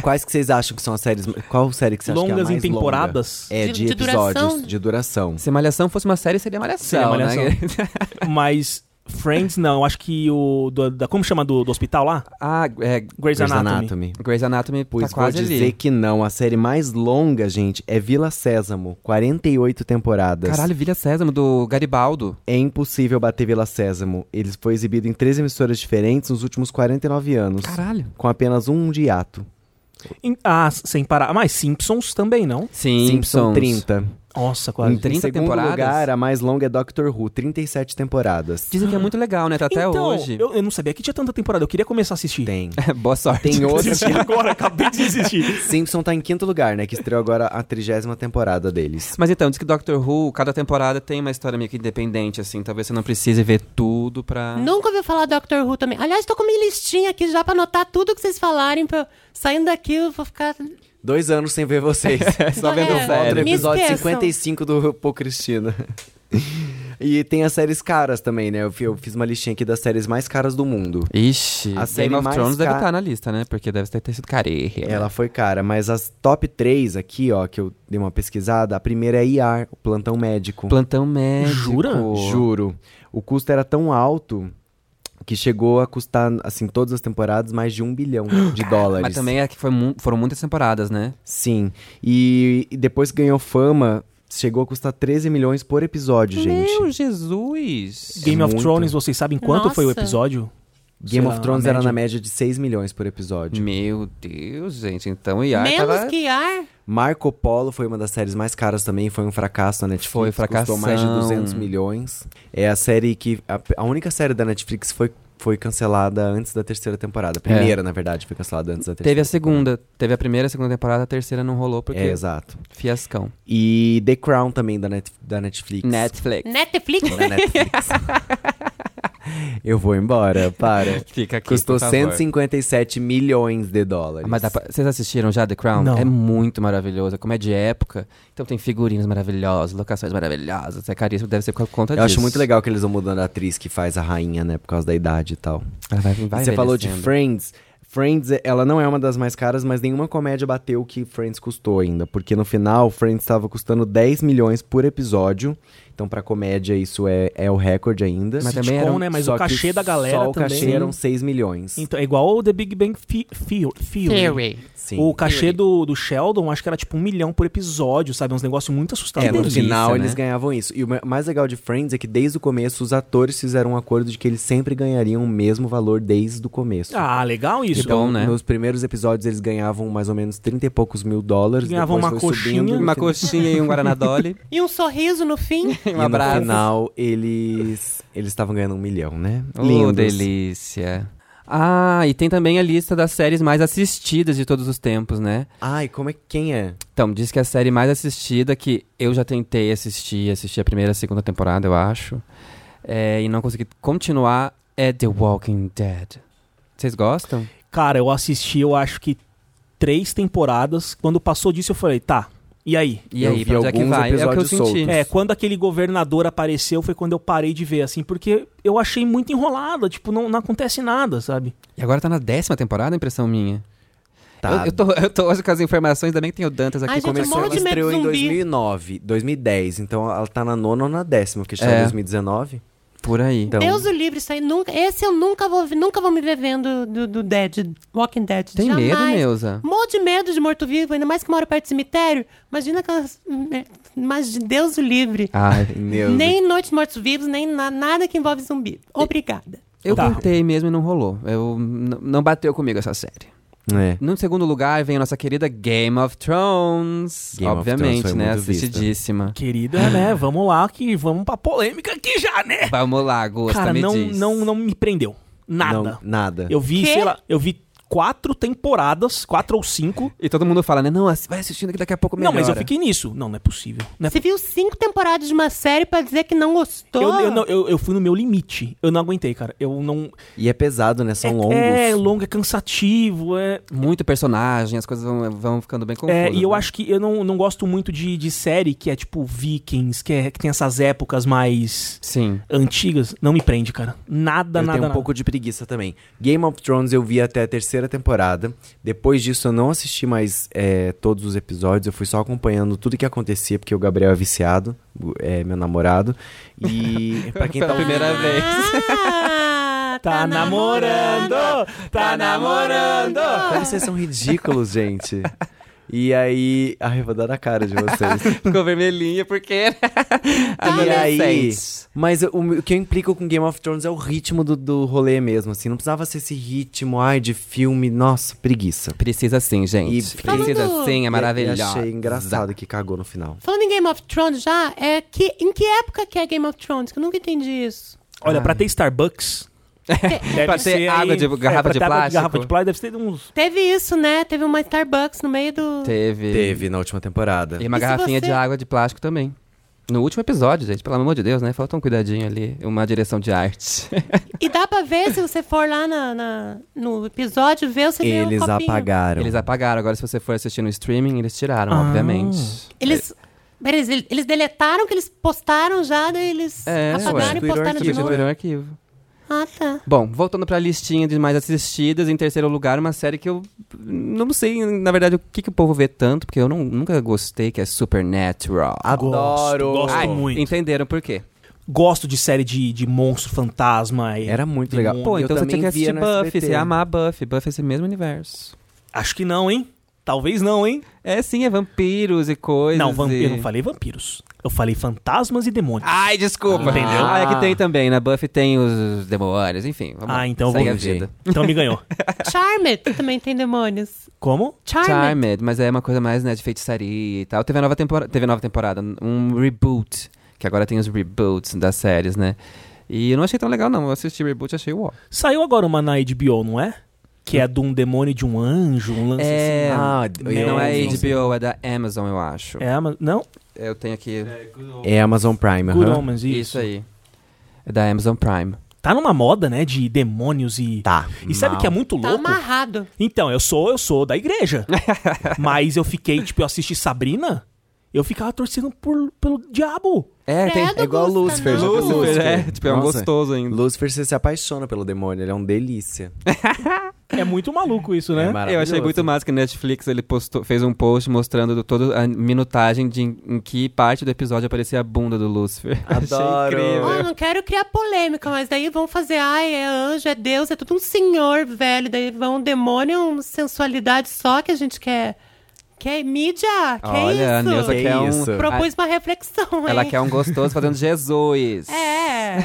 Quais que vocês acham que são as séries... Qual série que você acha que é a
Longas em
mais longa?
temporadas?
É,
De-
de,
de
episódios,
duração?
de duração.
Se Malhação fosse uma série, seria Malhação,
Seria Malhação.
né?
Mas Friends, não. Acho que o. do- da, como chama do, do hospital lá?
ah, é,
Grey's
Grey's
Anatomy.
Anatomy.
Grey's Anatomy
Pois
tá quase
vou dizer
ali.
que não. A série mais longa, gente, é Vila Sésamo. 48 temporadas.
Caralho, Vilha Sésamo, do Garibaldo.
É impossível bater Vila Sésamo. Ele foi exibido em três emissoras diferentes nos últimos 49 anos.
Caralho.
Com apenas um de hiato.
Em- ah, sem parar. Mas Simpsons também, não?
Simpson
Simpsons.
30.
Nossa, quase.
em
30
segundo
temporadas?
lugar, a mais longa é Doctor Who, 37 temporadas.
Dizem que é muito legal, né? Tá até
então,
hoje. É,
Eu, eu não sabia que tinha tanta temporada. Eu queria começar a assistir.
Tem.
Boa sorte.
Tem outra.
Desisti agora, acabei de desistir.
Simpson tá em quinto lugar, né? Que estreou agora a trigésima temporada deles.
Mas então, diz que Doctor Who, cada temporada tem uma história meio que independente, assim. Talvez você não precise ver tudo pra...
Nunca ouviu falar do Doctor Who também. Aliás, tô com minha listinha aqui já pra anotar tudo que vocês falarem. Pra eu- Saindo daqui, eu vou ficar.
Dois anos sem ver vocês.
Só vendo
É,
Volta no
série.
me
episódio
esqueçam.
55 do Pô Cristina. E tem as séries caras também, né? Eu fi- eu fiz uma listinha aqui das séries mais caras do mundo.
Ixi,
A série
Game of
mais
Thrones deve
ca-
estar na lista, né? Porque deve ter ter sido careca.
Ela foi cara, mas as top 3 aqui, ó, que eu dei uma pesquisada, a primeira é IAR, o plantão médico.
Plantão médico.
Jura?
Juro. O custo era tão alto que chegou a custar, assim, todas as temporadas, mais de um bilhão de dólares.
Mas também é que foi mu- foram muitas temporadas, né?
Sim. E, e depois que ganhou fama, chegou a custar 13 milhões por episódio, gente.
Meu Jesus!
Game of
Muito.
Thrones, vocês sabem quanto foi o
Nossa.
episódio?
Game
Sei
of
lá,
Thrones
a
era
média.
na média de 6 milhões por episódio.
Meu Deus, gente. Então, Iar
Menos
tava...
que ar.
Marco Polo foi uma das séries mais caras também, foi um fracasso na Netflix.
Foi,
Custou mais de
fracassão.
200 milhões. É a série que... A, a única série da Netflix foi, foi cancelada antes da terceira temporada. A primeira, na verdade, foi cancelada antes da terceira.
É. Teve a segunda. Teve a primeira, a segunda temporada, a terceira não rolou porque...
É, exato.
Fiascão.
E The Crown também, da, Net, da Netflix.
Netflix.
Netflix.
Da Netflix. Eu vou embora, para.
Fica aqui,
Custou
por favor.
157 milhões de dólares.
Mas dá pra- vocês assistiram já The Crown?
Não.
É muito maravilhoso. Como é de época, então tem figurinhos maravilhosos, locações maravilhosas. É caríssimo, deve ser por conta
Eu
disso.
acho muito legal que eles vão mudando a atriz que faz a rainha, né? Por causa da idade e tal.
Ela vai- vai
E Você falou de
envelhecendo.
Friends. Friends, ela não é uma das mais caras, mas nenhuma comédia bateu o que Friends custou ainda. Porque no final, Friends estava custando 10 milhões por episódio. Então, pra comédia, isso é, é o recorde ainda.
Mas também
Sitcom,
eram-
né? Mas
Só
o cachê
que
da galera
Só o
também.
cachê eram 6 milhões.
Então, é igual o The Big Bang Thi- Theo- Theory.
Theory.
Sim.
O cachê do, do Sheldon, acho que era tipo um milhão por episódio, sabe? Uns negócios muito
É,
assustadores.
no
delícia,
final
né?
eles ganhavam isso. E o ma- mais legal de Friends é que desde o começo os atores fizeram um acordo de que eles sempre ganhariam o mesmo valor desde o começo.
Ah, legal isso.
Que bom. né?
Nos primeiros episódios eles ganhavam mais ou menos 30 e poucos mil dólares.
Ganhavam
depois
uma
foi
coxinha.
subindo,
Uma
entendeu?
coxinha e um guaranadole.
E um sorriso no fim.
E
um abraço.
no final eles eles estavam ganhando um milhão, né?
Oh, delícia. Ah, e tem também a lista das séries mais assistidas de todos os tempos, né?
Ai, como é quem é?
Então, diz que a série mais assistida, que eu já tentei assistir, assisti a primeira e a segunda temporada, eu acho, é, e não consegui continuar, é The Walking Dead. Vocês gostam?
Cara, eu assisti, eu acho que três temporadas. Quando passou disso, eu falei, tá, e aí?
E
Eu
aí,
vi
pra onde é que
alguns
vai? É o que eu
episódios
senti.
soltos.
É, quando aquele governador apareceu foi quando eu parei de ver, assim, porque eu achei muito enrolada, tipo, não, não acontece nada, sabe?
E agora tá na décima temporada, impressão minha.
Tá.
Eu, eu tô, eu tô hoje com as informações, ainda bem que tem o Dantas aqui.
Ai, gente,
como-
Começou,
morro
ela
um de medo
é estreou
de
em
zumbi.
2009, 2010, então ela tá na nona ou na décima, porque está em
É.
2019.
Por aí.
Então,
Deus o livre, isso aí nunca. Esse eu nunca vou, nunca vou me ver vendo do, do Dead, Walking Dead.
tem
Jamais.
medo, Neuza?
Morro de medo de morto-vivo, ainda mais que moro perto do cemitério. Imagina aquelas. Mas de Deus o livre.
Ah,
Ai,
Neuza,
Nem Noite dos Mortos-Vivos, nem na- nada que envolve zumbi. Obrigada.
eu
Tá.
tentei mesmo e não rolou. Eu, n- não bateu comigo essa série.
É.
No segundo lugar vem a nossa querida Game of Thrones.
Game of Thrones
obviamente,
foi
né?
muito vista.
Assistidíssima.
Querida, né? Vamos lá, que vamos pra polêmica aqui já, né?
Vamos lá, Gusta,
Cara,
me
não,
diz.
não, não me prendeu. Nada.
Não, nada.
Eu vi,
Quê?
sei lá, eu vi quatro temporadas, quatro ou cinco.
E todo mundo fala, né? Não, ass- vai assistindo que daqui a pouco melhora.
Não, mas eu fiquei nisso. Não, não é possível. Não é
Você viu cinco temporadas de uma série pra dizer que não gostou?
Eu, eu, não- eu, eu fui no meu limite. Eu não aguentei, cara. Eu não.
E é pesado, né? São
é,
longos.
É longo, é cansativo. É,
Muito personagem, as coisas vão, vão ficando bem confusas.
é, e eu
né?
acho que eu não, não gosto muito de, de série que é tipo Vikings, que, é, que tem essas épocas mais
Sim.
antigas. Não me prende, cara. Nada,
eu
nada,
tenho um
nada.
pouco de preguiça também. Game of Thrones eu vi até a terceira temporada. Depois disso eu não assisti mais é, todos os episódios. Eu fui só acompanhando tudo que acontecia, porque o Gabriel é viciado, o- é meu namorado. E pra quem
Pela
tá
primeira vez.
Ah,
Tá namorando! Tá namorando!
Como vocês são ridículos, gente. E aí. Ai, eu vou dar na cara de vocês.
Ficou vermelhinha porque... né?
Tá
e aí.
Adolescentes.
Mas o, o que eu implico com Game of Thrones é o ritmo do, do rolê mesmo, assim. Não precisava ser esse ritmo, ai, de filme. Nossa, preguiça.
Precisa sim, gente.
E
Precisa
Falando-
sim, é
Eu-
maravilhosa.
Eu achei engraçado que cagou no final.
Falando em Game of Thrones já, é que, em que época que é Game of Thrones? Que eu nunca entendi isso.
Olha, pra ter Starbucks. deve É,
Pra ter água de garrafa
pra
de
ter água
plástico.
garrafa de plástico deve ter uns.
Teve isso, né? Teve uma Starbucks no meio do...
Teve.
Teve na última temporada.
E uma
E se
garrafinha
você-
de água de plástico também. No último episódio, gente, pelo amor de Deus, né? Falta um cuidadinho ali, uma direção de arte.
E dá pra ver, se você for lá na, na- no episódio, ver você vê
Eles
um copinho.
apagaram.
Eles apagaram. Agora, se você for assistir no streaming, eles tiraram,
Ah.
obviamente.
Eles... Peraí, eles- eles deletaram que eles postaram já, daí eles
É, ué.
apagaram e
Substituíram o
postaram de
arquivo.
novo.
Substituíram o arquivo.
Ah, tá.
Bom, voltando pra listinha de mais assistidas, em terceiro lugar, uma série que eu não sei, na verdade, o que, que o povo vê tanto, porque eu não- nunca gostei, que é Supernatural.
Adoro.
Gosto, gosto
Ai,
muito.
Entenderam por quê?
Gosto de série de, de monstro, fantasma. e-
Era muito legal.
Pô,
Pô,
Eu
então você
também
tinha que
via
assistir
no
Buffy,
SBT.
você ia amar Buffy. Buffy é esse mesmo universo.
Acho que não, hein? Talvez não, hein?
É sim, é vampiros e coisas.
não, vampiro, eu
e...
não falei vampiros. Eu falei fantasmas e demônios.
Ai, desculpa.
Entendeu?
Ah, é que tem também. Na Buffy tem os demônios, enfim. vamos
Ah,
lá,
então eu
Tá segue
vou
a
ver.
vida.
Então me ganhou.
Charmed também tem demônios.
Como?
Charmed.
Charmed, mas é uma coisa mais, né, de feitiçaria e tal. Teve a nova temporada, teve a nova temporada, um reboot, que agora tem os reboots das séries, né? E eu não achei tão legal, não. Eu assisti reboot e achei uó.
Saiu agora uma na HBO, não é? Que é de um demônio e de um anjo, um lance
É,
Ah,
É,
não é
não
HBO, é da Amazon, eu acho.
assim. É, mas não?
Eu tenho aqui
É Amazon Prime,
Good
aham.
um
Omens,
isso.
isso.
aí. É da Amazon Prime.
Tá numa moda, né, de demônios e.
Tá,
E sabe o que é muito
Tá
louco?
amarrado.
Então, eu sou, eu sou da igreja. Mas eu fiquei, tipo, eu assisti Sabrina, eu ficava torcendo por, pelo diabo.
É, tem.
Credo,
É igual
Gusta,
Lúcifer.
não.
já viu
Lúcifer, é, tipo, é um gostoso ainda.
Lúcifer, você se apaixona pelo demônio, ele é um delícia.
É muito maluco isso, né?
maravilhoso.
Eu achei muito massa que a Netflix ele postou, fez um post mostrando do- toda a minutagem de em, em que parte do episódio aparecia a bunda do Lúcifer.
Adoro.
Achei incrível.
Ó, Ah, não quero criar polêmica, mas daí vão fazer, ai, é anjo, é Deus, é tudo um senhor velho. Daí vão um demônio, uma sensualidade só que a gente quer. Quer mídia? Que é
Olha, a
isso?
Neuza
Que
quer um.
isso.
Propôs uma reflexão,
Ela
hein?
quer um gostoso fazendo Jesus.
É.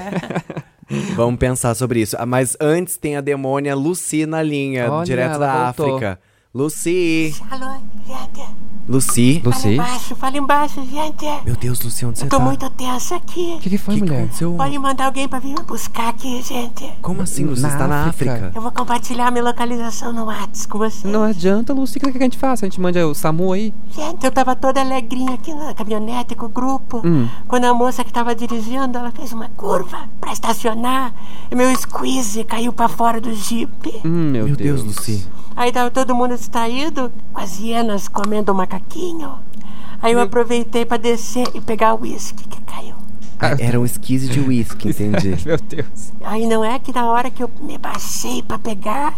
Vamos pensar sobre isso. Ah, Mas antes tem a demônia Lucy na linha,
Olha,
direto
ela
da
voltou.
África. Lucy!
Alô, gente.
Lucy!
Fala
Lucy?
embaixo, fala embaixo, gente.
Meu Deus, Lucy, onde você
Tô
tá?
muito tensa aqui.
O que, que foi,
O que que
mulher?
aconteceu?
Pode mandar alguém pra vir me buscar aqui, gente.
Como assim, Lucy?
Na
Você tá na
África?
África?
Eu vou compartilhar minha localização no WhatsApp com vocês.
Não adianta, Lucy. O que, que a gente faz? A gente manda o SAMU aí?
Gente, eu tava toda alegrinha aqui na caminhonete com o grupo. Quando a moça que tava dirigindo, ela fez uma curva pra estacionar. E meu squeeze caiu pra fora do jipe.
Hum, meu,
Meu Deus, Lucy.
Aí tava todo mundo distraído, com as hienas comendo o macaquinho. Aí eu aproveitei pra descer e pegar o uísque que caiu.
Ah, era um esquise de whisky, entendi.
Meu Deus.
Aí não é que na hora que eu me baixei pra pegar,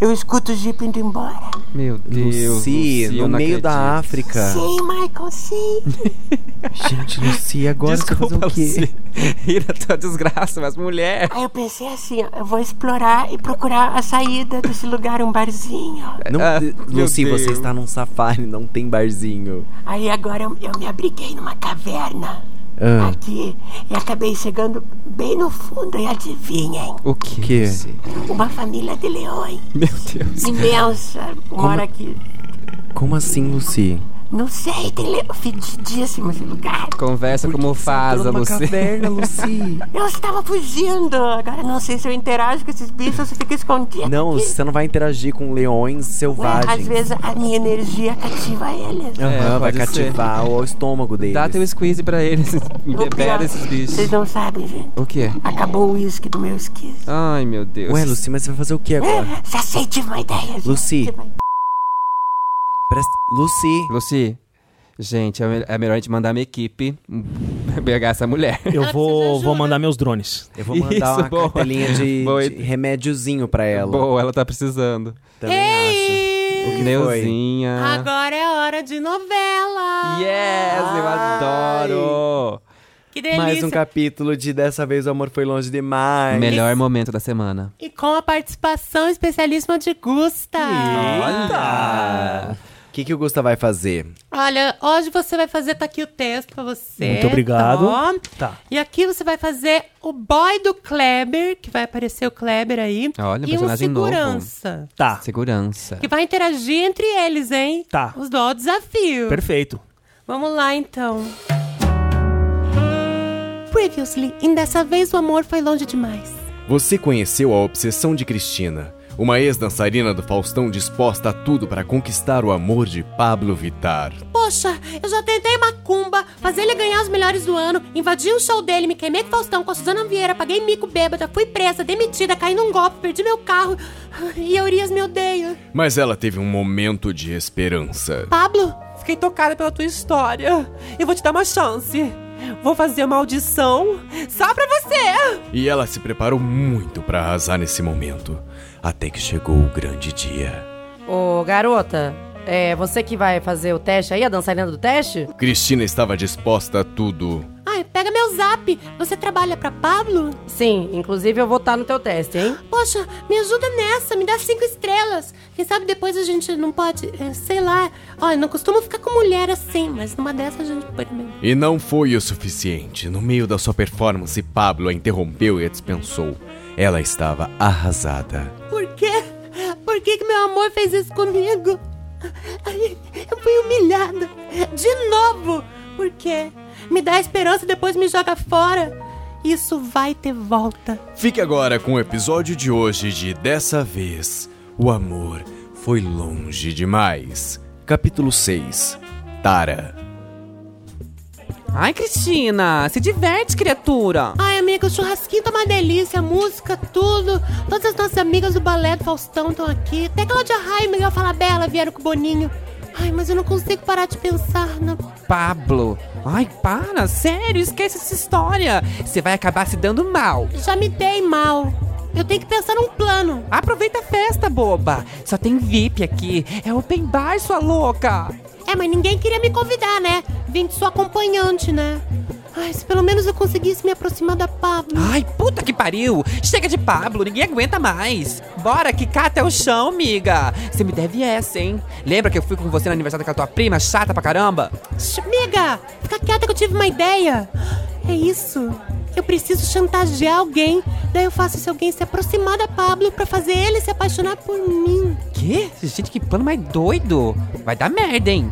eu escuto o jipe indo embora.
Meu Deus.
Lucy,
Lucy, eu
no
não
meio da
acredito.
África.
Sim, Michael, sim.
Gente, Lucy, agora você
Desculpa,
vai fazer o quê?
Lucy. Rir da tua desgraça, mas mulher.
Aí eu pensei assim, ó, eu vou explorar e procurar a saída desse lugar, um barzinho.
Não-
Ah, meu
Lucy, você
Deus.
está num safari, não tem barzinho.
Aí agora eu, eu me abriguei numa caverna
Ah,
aqui e acabei chegando bem no fundo e adivinhem,
O que?
que?
uma família de leões
Meu Deus.
imensa mora aqui.
Como assim, Lucy?
Não sei, tem leão fedidíssimo esse lugar.
Conversa com Mufasa,
Numa
Lucy.
caverna, Lucy.
Eu estava fugindo. Agora não sei se eu interajo com esses bichos ou se fico escondido.
Não, você não vai interagir com leões selvagens.
Às vezes a minha energia cativa eles.
Aham,
É,
vai
pode
cativar o estômago deles.
Dá teu squeeze pra eles.
Vou pirar.
Libera esses bichos.
Vocês não sabem, gente.
O quê?
Acabou o uísque do meu esquisito.
Ai, meu Deus.
Ué, Lucy, mas você vai fazer o que agora?
Já sei, tive uma ideia. gente.
É. Lucy.
Tive uma ideia.
Presta... Lucy,
Lucy, gente, é me- é melhor a gente mandar minha equipe pegar essa mulher.
Eu
Ah, você já
vou,
ajuda.
vou mandar meus drones.
eu vou mandar
Isso,
uma
boa.
cartelinha de,
Boa
de
ide-
remédiozinho pra ela.
Boa, ela tá precisando.
Também
Ei!
acho. O que
Neuzinha.
Agora é hora de novela.
Yes, eu adoro.
Que
foi?
delícia.
Mais um capítulo de Dessa Vez o Amor Foi Longe Demais.
Melhor momento da semana.
E com a participação especialíssima de Gusta.
Olha!
O que, que o Gusta vai fazer?
Olha, hoje você vai fazer, tá aqui o texto pra você.
Muito obrigado.
Tá. bom?
Tá.
E aqui você vai fazer o boy do Kleber, que vai aparecer o Kleber aí.
Olha, um
e um
personagem novo.
segurança.
Tá,
Segurança.
Que vai interagir entre eles, hein?
Tá.
Os dois desafios.
perfeito.
Vamos lá então. Previously, em dessa vez o amor foi longe demais.
Você conheceu a obsessão de Cristina, uma ex-dançarina do Faustão disposta a tudo para conquistar o amor de Pablo Vitar.
Poxa, eu já tentei macumba, fazer ele ganhar os melhores do ano, invadi um show dele, me queimei com o Faustão, com a Suzana Vieira, paguei mico bêbada, fui presa, demitida, caí num golpe, perdi meu carro e a Urias me odeia.
Mas ela teve um momento de esperança.
Pablo,
Fiquei tocada pela tua história. Eu vou te dar uma chance. Vou fazer uma audição só pra você.
E ela se preparou muito para arrasar nesse momento, até que chegou o grande dia.
Ô, garota, é você que vai fazer o teste aí, a dançarina do teste?
Cristina estava disposta a tudo.
ai, pega meu zap, você trabalha pra Pablo?
Sim, inclusive eu vou estar no teu teste, hein?
Poxa, me ajuda nessa, me dá cinco estrelas. Quem sabe depois a gente não pode, é, sei lá. Olha, não costumo ficar com mulher assim, mas numa dessa a gente pode mesmo.
E não foi o suficiente. No meio da sua performance, Pablo a interrompeu e a dispensou. Ela estava arrasada.
Por quê? Por que, que meu amor fez isso comigo? Ai, Eu fui humilhada. De novo! Por quê? Me dá esperança e depois me joga fora. Isso vai ter volta.
Fique agora com o episódio de hoje de Dessa Vez, o amor foi longe demais. Capítulo 6. Tara.
Ai, Cristina, se diverte, criatura.
Ai, amiga. O churrasquinho tá uma delícia, a música, tudo. Todas as nossas amigas do balé do Faustão estão aqui. Até Cláudia Raia e Miguel Falabella vieram com o Boninho. Ai, mas eu não consigo parar de pensar na
Pablo. Ai, para, sério, esquece essa história. Você vai acabar se dando mal.
Já me dei mal. Eu tenho que pensar num plano.
Aproveita a festa, boba. Só tem VIP aqui. É open bar, sua louca.
É, mas ninguém queria me convidar, né? Vim de sua acompanhante, né? Ai, se pelo menos eu conseguisse me aproximar da Pablo.
Ai, puta que pariu. Chega de Pablo, ninguém aguenta mais. Bora quicar até o chão, amiga. Você me deve essa, hein? Lembra que eu fui com você no aniversário daquela tua prima chata pra caramba?
Amiga, fica quieta que eu tive uma ideia. É isso. Eu preciso chantagear alguém. Daí eu faço esse alguém se aproximar da Pablo pra fazer ele se apaixonar por mim.
Quê? Gente, que plano mais doido. Vai dar merda, hein?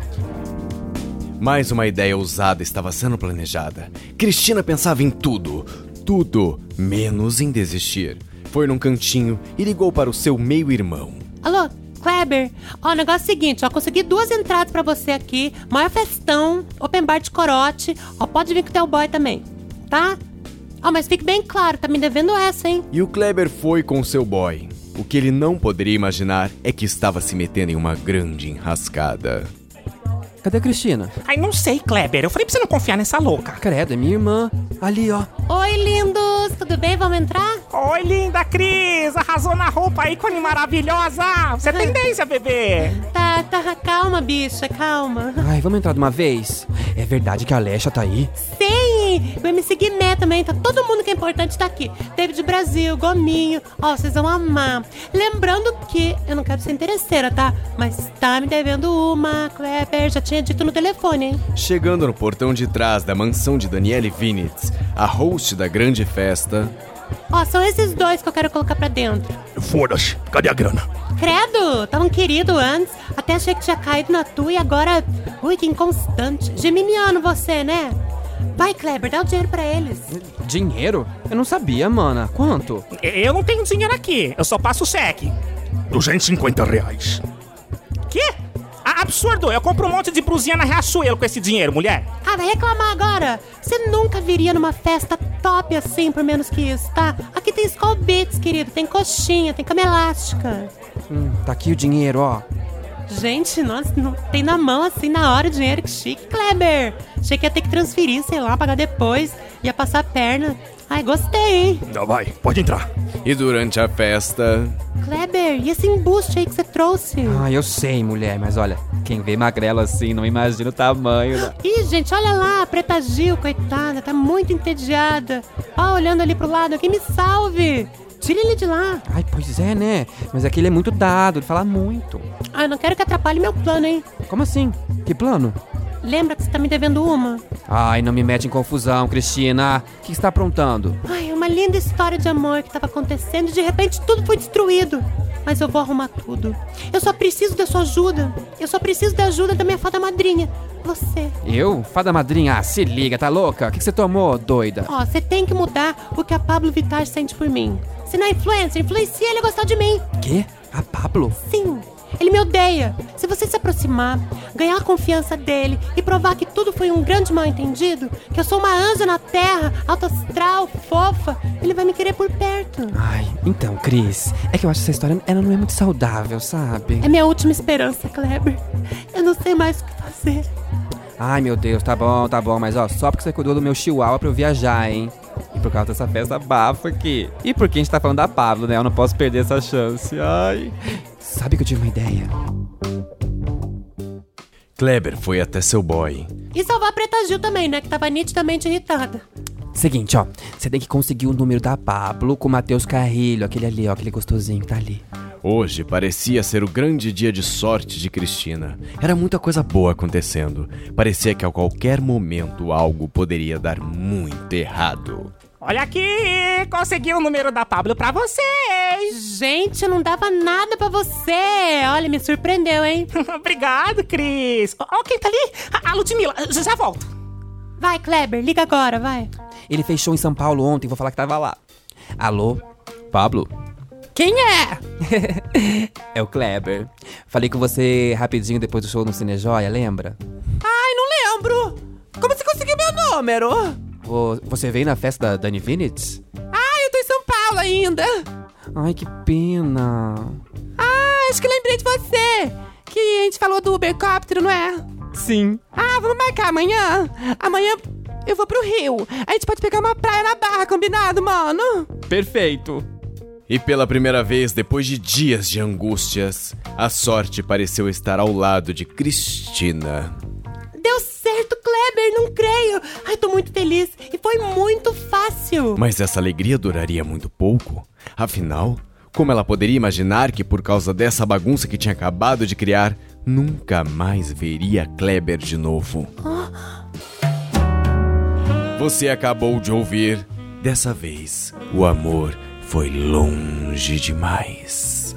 Mais uma ideia ousada estava sendo planejada. Cristina pensava em tudo, tudo, menos em desistir. Foi num cantinho e ligou para o seu meio-irmão.
Alô, Kleber, ó, o negócio é o seguinte, ó, consegui duas entradas pra você aqui, maior festão, open bar de corote, ó, pode vir com o teu boy também, tá? Ó, mas fique bem claro, tá me devendo essa, hein?
E o Kleber foi com seu boy. O que ele não poderia imaginar é que estava se metendo em uma grande enrascada.
Cadê a Cristina?
Ai, não sei, Kleber. Eu falei pra você não confiar nessa louca.
Credo, é minha irmã. Ali, ó.
Oi, lindos, tudo bem? Vamos entrar?
Oi, linda Cris! Arrasou na roupa, ícone maravilhosa! Você é tendência, bebê!
Tá, tá, calma, bicha, calma.
Ai, vamos entrar de uma vez? É verdade que a Alexa tá aí?
Sim! O MC Guimé também, tá todo mundo que é importante tá aqui. David Brasil, Gominho, ó, vocês vão amar. Lembrando que, eu não quero ser interesseira, tá? Mas tá me devendo uma, Kleber, já tinha dito no telefone, hein?
Chegando no portão de trás da mansão de Daniele Vinitz, a host da grande festa,
Ó, são esses dois que eu quero colocar pra dentro.
Foda-se, cadê a grana?
Credo, tava um querido antes, até achei que tinha caído na tua e agora... Ui, que inconstante. Geminiano você, né? Vai, Kleber, dá o dinheiro pra eles.
Dinheiro? Eu não sabia, mana. Quanto?
Eu não tenho dinheiro aqui. Eu só passo o cheque.
250 reais.
Quê? Ah, absurdo! Eu compro um monte de brusinha na Riachuelo com esse dinheiro, mulher.
Ah, vai reclamar agora? Você nunca viria numa festa top assim por menos que isso, tá? Aqui tem Skull Beats, querido, tem coxinha, tem cama elástica.
Hum, tá aqui o dinheiro, ó.
Gente, nossa, não- tem na mão assim na hora o dinheiro, que chique, Kleber. Achei que ia ter que transferir, sei lá, pagar depois, ia passar a perna. Ai, gostei, hein?
Não vai, pode entrar. E durante a festa.
Kleber, e esse embuste aí que você trouxe?
Ah, eu sei, mulher, mas olha, quem vê magrela assim não imagina o tamanho. né?
Ih, gente, olha lá, a Preta Gil, coitada, tá muito entediada. Ó, olhando ali pro lado, alguém me salve. Tire ele de lá.
Ai, pois é, né? Mas aqui ele é muito dado, ele fala muito.
Ah, eu não quero que atrapalhe meu plano, hein?
Como assim? Que plano?
Lembra que você tá me devendo uma?
Ai, não me mete em confusão, Cristina. O que que você tá aprontando?
Ai, uma linda história de amor que tava acontecendo e de repente tudo foi destruído. Mas eu vou arrumar tudo. Eu só preciso da sua ajuda. Eu só preciso da ajuda da minha fada madrinha. Você.
Eu? Fada madrinha? Ah, se liga, tá louca? O que que você tomou, doida?
Ó, você tem que mudar o que a Pablo Vittar sente por mim. Se não é influencer, influencia ele a gostar de mim.
Quê? A Pablo?
Sim, ele me odeia. Se você se aproximar, ganhar a confiança dele e provar que tudo foi um grande mal-entendido, que eu sou uma anja na terra, alto astral, fofa, ele vai me querer por perto.
Ai, então, Cris, é que eu acho que essa história ela não é muito saudável, sabe?
É minha última esperança, Kleber. Eu não sei mais o que fazer.
Ai, meu Deus, tá bom, tá bom, mas ó, só porque você cuidou do meu chihuahua pra eu viajar, hein? E por causa dessa festa bafa aqui. E porque a gente tá falando da Pablo, né? Eu não posso perder essa chance. Ai. Sabe que eu tive uma ideia?
Kleber foi até seu boy.
E salvar a Preta Gil também, né? Que tava nitidamente irritada.
Seguinte, ó. Você tem que conseguir o número da Pablo com o Matheus Carrilho, aquele ali, ó, aquele gostosinho que tá ali.
Hoje parecia ser o grande dia de sorte de Cristina. Era muita coisa boa acontecendo. Parecia que a qualquer momento algo poderia dar muito errado.
Olha aqui! Consegui o número da Pablo pra vocês!
Gente, eu não dava nada pra você! Olha, me surpreendeu, hein?
Obrigado, Cris! Ó, ó, quem tá ali? A- A Ludmilla, já, já volto!
Vai, Kleber, liga agora, vai.
Ele fechou em São Paulo ontem, vou falar que tava lá. Alô? Pablo?
Quem é?
É o Kleber. Falei com você rapidinho depois do show no Cinejoia, lembra?
Ai, não lembro! Como você conseguiu meu número?
Vo- Você veio na festa da Dani Vinitz?
Ai, eu tô em São Paulo ainda.
Ai, que pena.
Ah, acho que lembrei de você. Que a gente falou do Ubercóptero, não é?
Sim.
Ah, vamos marcar amanhã. Amanhã eu vou pro Rio. A gente pode pegar uma praia na barra, Tá combinado, mano?
Perfeito.
E pela primeira vez, depois de dias de angústias, a sorte pareceu estar ao lado de Cristina.
Deu certo, Kleber, não creio. Ai, tô muito feliz e foi muito fácil.
Mas essa alegria duraria muito pouco. Afinal, como ela poderia imaginar que por causa dessa bagunça que tinha acabado de criar, nunca mais veria Kleber de novo? Você acabou de ouvir. Dessa vez, o amor foi longe demais.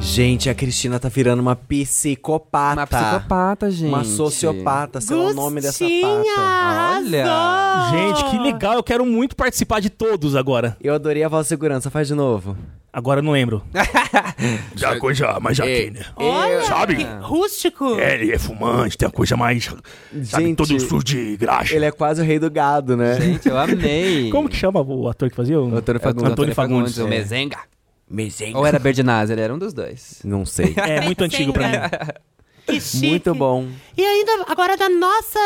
Gente, a Cristina tá virando uma psicopata. Uma
Tá. psicopata, gente.
Uma sociopata, sei lá o nome dessa pata.
Olha!
Gente, que legal. Eu quero muito participar de todos agora.
Eu adorei a voz de segurança, faz de novo.
Agora eu não lembro.
Já a coisa
É.
mais aqui, né?
Olha,
Sabe?
que rústico.
É, ele é fumante, tem a coisa mais. Sabe,
Gente,
todo sujo de graxa.
Ele é quase o rei do gado, né?
Gente, eu amei.
Como que chama o ator que fazia? é O
Antônio
é?
Fagundes.
Antônio Fagundes.
O
É.
Mezenga.
Mesenga.
Ou era Berdinaz, ele era um dos dois.
Não sei.
É muito antigo pra mim.
Que chique.
Muito bom.
E ainda, agora da nossa.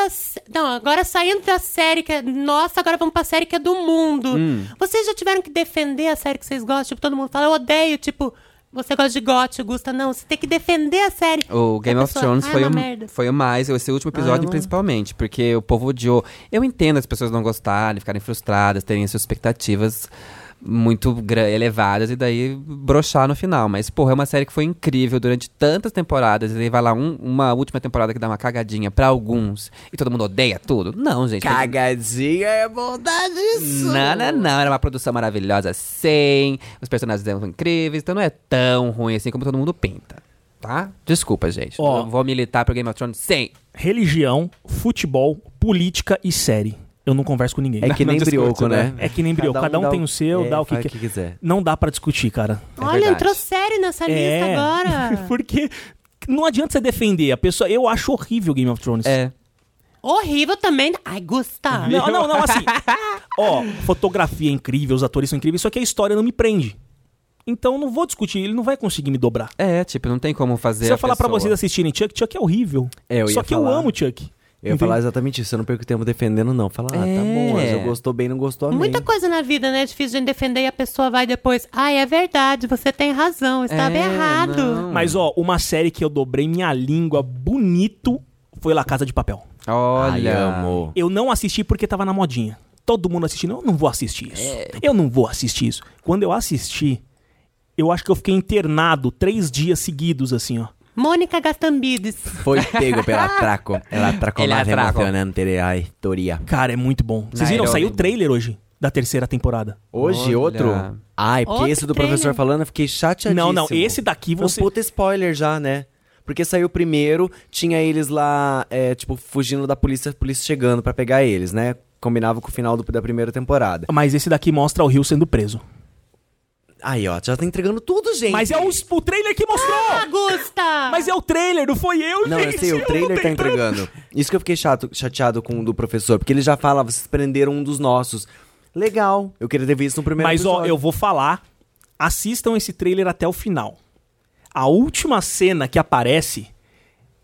Não, agora saindo da série que é nossa, agora vamos pra série que é do mundo.
Hum.
Vocês já tiveram que defender a série que vocês gostam? Tipo, todo mundo fala, eu odeio. Tipo, você gosta de Gotti, Gusta, não. Você tem que defender a série.
O Game
A
of
pessoa,
Thrones
"Ah, é
foi,
uma
o,
merda." Ah, é
foi o mais, esse último episódio principalmente, porque o povo odiou. Eu entendo as pessoas não gostarem, ficarem frustradas, terem suas expectativas muito gra- elevadas e daí brochar no final. Mas, porra, é uma série que foi incrível durante tantas temporadas e daí vai lá um- uma última temporada que dá uma cagadinha pra alguns e todo mundo odeia tudo. Não, gente. todo
Cagadinha é bondade isso.
Não, não, não. Era uma produção maravilhosa, sem. Os personagens eram incríveis, então não é tão ruim assim como todo mundo pinta. Tá? Desculpa, gente.
Ó.
Eu vou militar pro Game of Thrones sem.
Religião, futebol, política e série. Eu não converso com ninguém.
É que
Não
nem
discute,
brioco, né?
É que nem brioco. Cada um,
dá
tem o seu,
é,
dá o que,
faz
quer.
o que quiser.
Não dá pra discutir, cara. É.
Olha,
verdade. É.
entrou série nessa lista Tá agora.
Porque não adianta você defender a pessoa. Eu acho horrível Game of Thrones.
É.
Horrível também. Ai, Gusta.
Não, não, não, assim. Ó, fotografia é incrível, os atores são incríveis, só que a história não me prende. Então eu não vou discutir, ele não vai conseguir me dobrar.
É, tipo, não tem como fazer.
Se
a
eu falar pra
pessoa.
vocês assistirem Chuck, Chuck é horrível.
É, eu ia
só que eu
falar.
amo Chuck.
Eu ia
Entende?
falar exatamente isso, eu não perco tempo defendendo, não. Falar, ah, tá bom, mas eu gostou bem, não gostou amém.
Muita coisa na vida, né? É difícil de defender e a pessoa vai depois. Ai, é verdade, você tem razão, estava
É,
errado.
"Hum."
não.
Mas ó, uma série que eu dobrei minha língua bonito foi La Casa de Papel.
assim.
Olha.
Ai, amo.
Eu não assisti porque tava na modinha. Todo mundo assistindo, eu não vou assistir isso.
É.
Eu não vou assistir isso. Quando eu assisti, eu acho que eu fiquei internado três dias seguidos, assim, ó.
Mônica Gatambides.
Foi pego pela atraco. Ela atracou
Ele
mais
atracou.
emocionante a historia.
Cara, é muito bom. Vocês viram?
Nairobi.
Saiu o trailer hoje da terceira temporada.
Hoje,
Olha.
outro? Ai, porque
Outro
esse do
trailer.
professor falando, eu fiquei chateadíssimo.
Não, não, esse daqui você.
Um puta spoiler já, né? Porque saiu o primeiro, tinha eles lá, é, tipo, fugindo da polícia, a polícia chegando pra pegar eles, né? Combinava com o final do- da primeira temporada.
Mas esse daqui mostra o Rio sendo preso.
Aí, ó, já tá entregando tudo, gente.
Mas é o, o trailer que mostrou!
Augusta!
Mas é o trailer, não foi eu,
Não, eu
gente,
sei, o
não
trailer tá
tenho problema.
entregando. Isso que eu fiquei chato, chateado com o do professor, porque ele já fala, vocês prenderam um dos nossos. Legal, eu queria ter visto no primeiro
Mas ó,
episódio.
eu vou falar. Assistam esse trailer até o final. A última cena que aparece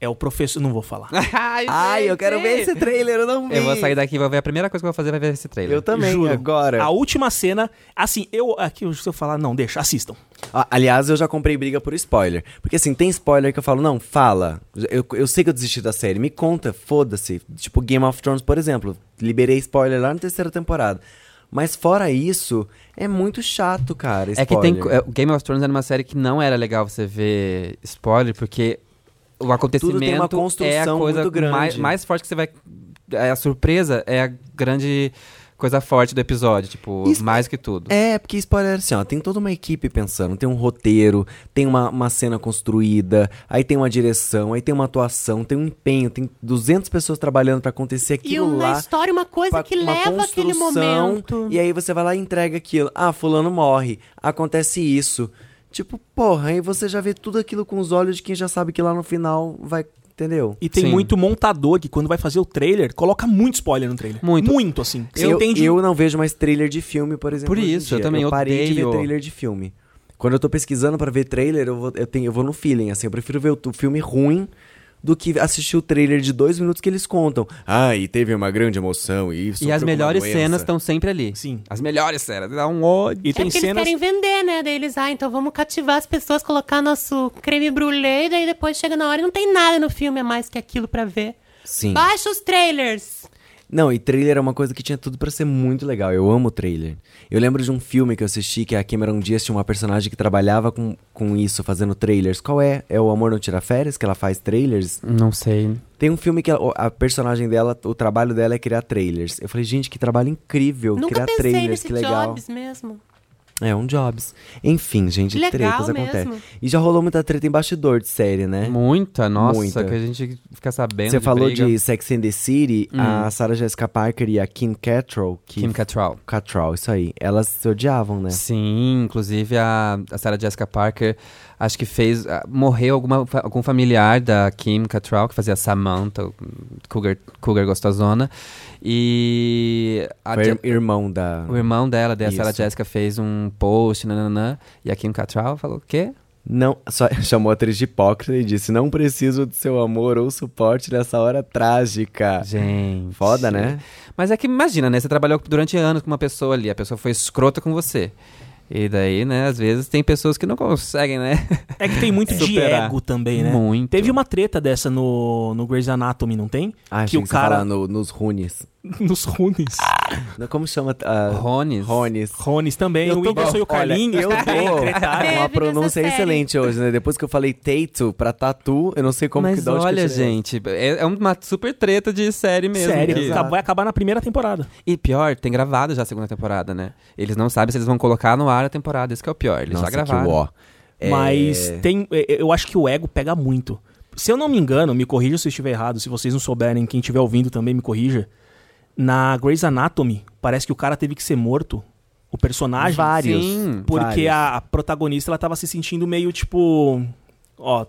é o professor. Não vou falar.
Ai,
Ai, eu quero
gente.
ver esse trailer, eu não vi.
Eu vou sair daqui e vou ver. A primeira coisa que eu vou fazer vai ver esse trailer.
Eu também,
Juro.
agora.
A última cena. Assim, eu. Aqui, se eu falar, não, deixa, assistam.
Ah, Aliás, eu já comprei briga por spoiler. Porque assim, tem spoiler que eu falo, não, fala. Eu, eu sei que eu desisti da série, me conta, foda-se. Tipo Game of Thrones, por exemplo. Liberei spoiler lá na terceira temporada. Mas fora isso, é muito chato, cara.
É que
spoiler.
tem. co- é, o Game of Thrones era uma série que não era legal você ver spoiler, porque o acontecimento
tem uma construção
é a coisa
muito grande.
Mais, mais forte que você vai. é A surpresa é a grande coisa forte do episódio, tipo,
Isso-
mais que tudo.
É, porque spoiler é assim, ó, tem toda uma equipe pensando, tem um roteiro, tem uma, uma cena construída, aí tem uma direção, aí tem uma atuação, tem um empenho, tem 200 pessoas trabalhando pra acontecer
E
aquilo
uma
lá.
história, uma coisa
pa-
que
uma
leva aquele
construção,
momento. É
E aí você vai lá e entrega aquilo. Ah, fulano morre. Acontece isso. Tipo, porra, aí você já vê tudo aquilo com os olhos de quem já sabe que lá no final vai Entendeu?
E tem
Sim.
muito montador que quando vai fazer o trailer, coloca muito spoiler no trailer. Muito. Muito, assim. Você
eu,
entende?
eu não vejo mais trailer de filme, por exemplo.
Por
hoje em
isso, eu
dia.
também
eu parei de ver
odeio.
trailer de filme. Quando eu tô pesquisando pra ver trailer, eu vou, eu tenho, eu vou no feeling, assim. Eu prefiro ver o t- o filme ruim do que assistir o trailer de dois minutos que eles contam. Ah, e teve uma grande emoção e isso.
E as melhores cenas estão sempre ali.
Sim.
As melhores cenas. Dá um ódio.
é porque eles querem vender, né? Daí eles, ah, então vamos cativar as pessoas, colocar nosso creme brulee, e daí depois chega na hora e não tem nada no filme a mais que aquilo pra ver.
Sim.
Baixa os trailers!
Não, e trailer é uma coisa que tinha tudo pra ser muito legal. Eu amo trailer. Eu lembro de um filme que eu assisti que a Cameron Diaz tinha uma personagem que trabalhava com, com isso, fazendo trailers. Qual é? É o Amor Não Tira Férias, que ela faz trailers?
Não sei.
Tem um filme que ela- a personagem dela, o trabalho dela é criar trailers. Eu falei, gente, que trabalho incrível
Nunca
criar
pensei
trailers,
nesse
que legal.
Jobs mesmo.
É, um Jobs. Enfim, gente,
Legal
tretas
mesmo.
acontecem. E já rolou muita treta em bastidor de série, né?
Muita, nossa,
Muita.
que a gente fica sabendo.
Você
de
falou
briga.
de Sex and the City,
Hum.
a Sarah Jessica Parker e a Kim Cattrall. Que
Kim Cattrall.
Cattrall, isso aí. Elas se odiavam, né?
Sim, inclusive a, a Sarah Jessica Parker, acho que fez. ah, morreu alguma, fa- algum familiar da Kim Cattrall, que fazia Samantha, o Cougar, Cougar Gostosona. E. A
Foi
Je-
irmão da...
O irmão dela, daí a
Isso.
Sarah Jessica fez um post, nananã, e a Kim Cattrall falou: o quê?
Não, só chamou a atriz de hipócrita e disse: Não preciso do seu amor ou suporte nessa hora trágica.
Gente.
Foda, né?
Mas é que imagina, né? Você trabalhou durante anos com uma pessoa ali, a pessoa foi escrota com você. E daí, né, às vezes tem pessoas que não conseguem, né?
É que tem muito de
superar.
ego também, né?
Muito.
Teve uma treta dessa no, no Grey's Anatomy, não tem?
Ah,
que o cara.
nos runes.
Nos runes.
Como chama? ah,
Rones.
Rones.
Rones também. o Whindersson e o Carlinhos tá
Olha, eu
também
tô
tretaram.
com uma
Teve
pronúncia
nessa série.
excelente hoje, né? Depois que eu falei Taito pra Tatu, eu não sei como
Mas
que dá
olha, gente, é, é uma super treta de série mesmo.
Sério,
que-
tá- vai acabar na primeira temporada.
E pior, tem gravado já a segunda temporada, né? Eles não sabem se eles vão colocar no ar a temporada, isso que é o pior. Eles já
Nossa, que
gravaram.
uó. Mas tem. é, Eu acho que o ego pega muito. Se eu não me engano, me corrija se eu estiver errado. Se vocês não souberem, quem estiver ouvindo também me corrija. Na Grey's Anatomy, parece que o cara teve que ser morto. O personagem.
Vários.
Sim,
Sim,
porque
vários.
a protagonista ela tava se sentindo meio tipo. Ó.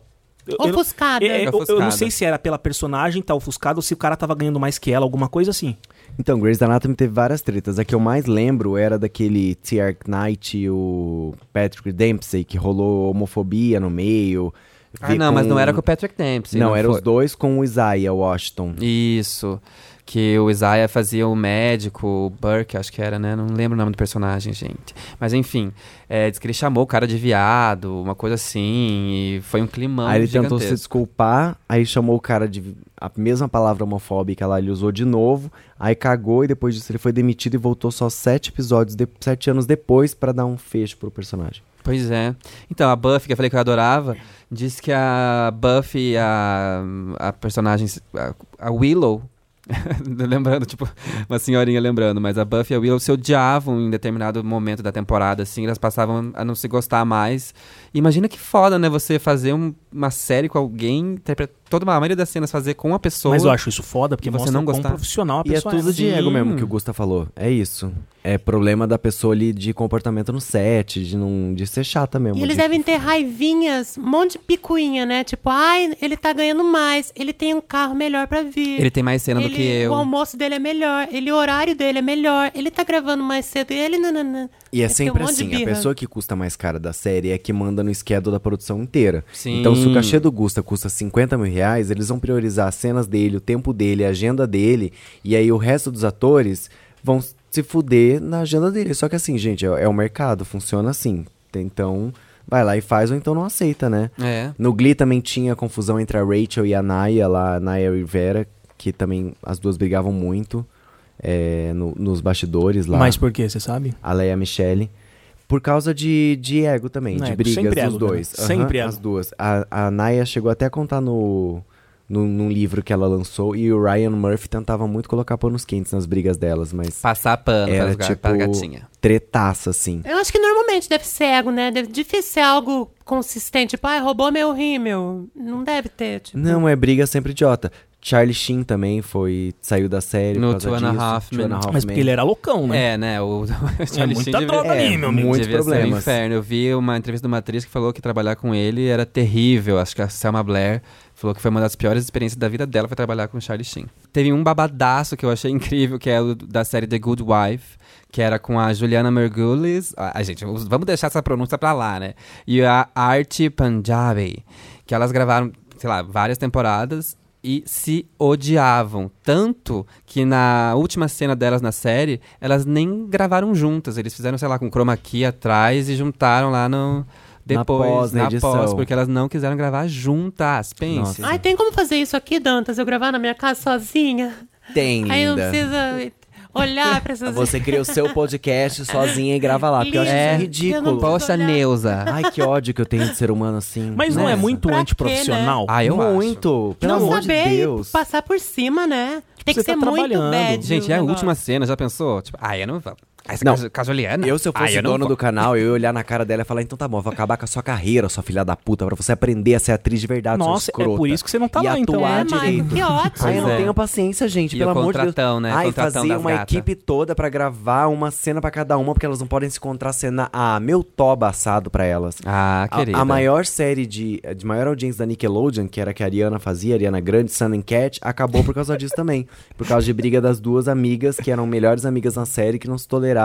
eu- eu não-
Ofuscada.
é, é, Eu, eu não
Ofuscada.
sei se era pela personagem tá ofuscada ou se o cara tava ganhando mais que ela, alguma coisa assim.
Então, Grey's Anatomy teve várias tretas. A que eu mais lembro era daquele T.R. Knight e o Patrick Dempsey, que rolou homofobia no meio.
Ah,
Vi-
não, mas não era com o Patrick Dempsey,
Não,
não
era
foi.
os dois com o Isaiah Washington.
Isso. Que o Isaiah fazia o médico, o Burke, acho que era, né? Não lembro o nome do personagem, gente. Mas enfim, é, diz que ele chamou o cara de viado, uma coisa assim, e foi um climão
aí ele
gigantesco.
tentou se desculpar, aí chamou o cara de a mesma palavra homofóbica lá, ele usou de novo, aí cagou e depois disso ele foi demitido e voltou só sete episódios, de- sete anos depois pra dar um fecho pro personagem.
Pois é. Então, a Buffy, que eu falei que eu adorava, disse que a Buffy, a, a personagem, a, a Willow, lembrando, tipo, uma senhorinha lembrando, mas a Buffy e a Willow se odiavam em determinado momento da temporada, assim, elas passavam a não se gostar mais. Imagina que foda, né, você fazer um- uma série com alguém, interpretar toda a maioria das cenas fazer com uma pessoa.
Mas eu acho isso foda, porque
e você
mostra
não
quão
gostar.
profissional a
E é
pessoa assim.
tudo de
Sim.
ego mesmo que o Gusta falou. É isso. É problema da pessoa ali de comportamento no set, de não de ser chata mesmo.
E eles
de-
devem ter raivinhas, um monte de picuinha, né? Tipo, ai, ele tá ganhando mais, ele tem um carro melhor pra vir.
Ele tem mais
tá
cena do
Ele-
que eu.
O almoço dele é melhor, ele, o horário dele é melhor, ele tá gravando mais cedo, ele... Nanana.
E é
Deve ter um
sempre
monte de
assim, a
birra.
pessoa que custa mais cara da série é que manda no schedule da produção inteira.
Sim.
Então, se o cachê do Gusta custa 50 mil reais, eles vão priorizar as cenas dele, o tempo dele, a agenda dele, e aí o resto dos atores vão se fuder na agenda dele. Só que assim, gente, é, é o mercado, funciona assim. Então, vai lá e faz, ou então não aceita, né?
É.
No Glee também tinha confusão entre a Rachel e a Naya, lá, a Naya Rivera, que também as duas brigavam muito é, no- nos bastidores lá.
Mas por quê, você sabe?
A Leia e a Michelle. Por causa de, de ego também,
Não,
de
é,
brigas
sempre
dos
ego,
dois.
né? Sempre
Aham, As
ego.
duas. A, a Naya chegou até a contar no, no, num livro que ela lançou e o Ryan Murphy tentava muito colocar panos quentes nas brigas delas, mas.
Passar pano
era,
pras ga-
tipo,
pra gatinha.
Tretaça, assim.
Eu acho que normalmente deve ser ego, né? Deve, difícil ser algo consistente, tipo, ai, roubou meu rímel. Não deve ter, tipo...
Não, é briga sempre idiota. Charlie Sheen também foi. saiu da série.
No
por causa
Two and a
disso.
Half
Two and a
Men.
Half
Mas porque
Men.
ele era loucão, né? É, né? O,
É muita droga ali, meu amigo.
Muito
Muitos
devia ser um
problemas.
inferno. Eu vi uma entrevista de uma atriz que falou que trabalhar com ele era terrível. Acho que a Selma Blair falou que foi uma das piores experiências da vida dela foi trabalhar com o Charlie Sheen. Teve um babadaço que eu achei incrível, que é o da série The Good Wife, que era com a Juliana Mergulis. Ah, gente, vamos vamos deixar essa pronúncia pra lá, né? E a Arti Panjabi, que elas gravaram, sei lá, várias temporadas e se odiavam. Tanto que na última cena delas na série, elas nem gravaram juntas. Eles fizeram, sei lá, com chroma key atrás e juntaram lá no. Depois,
pós, na edição.
porque elas não quiseram gravar juntas, pense.
Ai, tem como fazer isso aqui, Dantas? Eu gravar na minha casa sozinha?
Tem,
Aí eu não
linda.
preciso olhar pra essas...
Você cria o seu podcast sozinha e grava lá. Porque eu acho
É.
isso
Eu não
ridículo.
preciso Poxa, olhar. Neuza.
Ai, que ódio que eu tenho de ser humano assim.
Mas não é muito Pra quê, antiprofissional? né?
Ah, eu acho.
Muito. Pelo
não
amor
saber
de
e
Deus. Tipo, tá
passar por cima, né? Tem que ser muito bad.
Gente, é a
o
última cena, já pensou? Tipo, ah, eu não vou. Ah, essa
Não.
casu- casualiana.
Eu, se eu
Ah,
fosse
não
dono
vou.
do canal, eu ia olhar na cara dela e falar: então tá bom, vou acabar com a sua carreira, sua filha da puta, pra você aprender a ser atriz de verdade. sua
Nossa, é
escrota."
por isso que você não tá
e
lá, então.
atuar
É, Marco,
direito.
que ótimo.
Ai, eu não
Pois é.
tenho paciência, gente,
E
pelo
o
amor de Deus.
contratão, né?
Ai,
Contratão
fazer
das
uma
gatas.
equipe toda pra gravar uma cena pra cada uma, porque elas não podem se contracenar. Ah, meu toba assado pra elas.
Ah,
A-
querida.
A, maior série de, de maior audiência da Nickelodeon, que era a que a Ariana fazia, a Ariana Grande, Sun and Cat, acabou por causa disso também. Por causa de briga das duas amigas, que eram melhores amigas na série, que não se toleravam.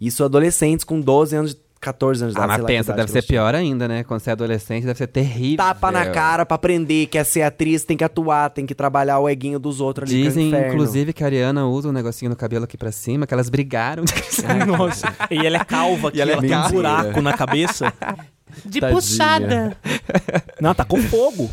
Isso adolescentes com 12 anos, de- 14 anos de
Ah,
idade,
mas
sei lá que
pensa,
idade
deve
que
ser
elas tinham.
pior ainda, né? Quando você é adolescente, deve ser terrível.
Tapa na cara pra aprender, quer ser atriz, tem que atuar, tem que trabalhar o eguinho dos outros ali. que é o
Dizem,
inferno.
inclusive, que a Ariana usa um negocinho no cabelo aqui pra cima, que elas brigaram.
Nossa. E ela é calva aqui,
E ela é
ela tem um
calva.
buraco na cabeça.
De puxada.
Não, tá com fogo.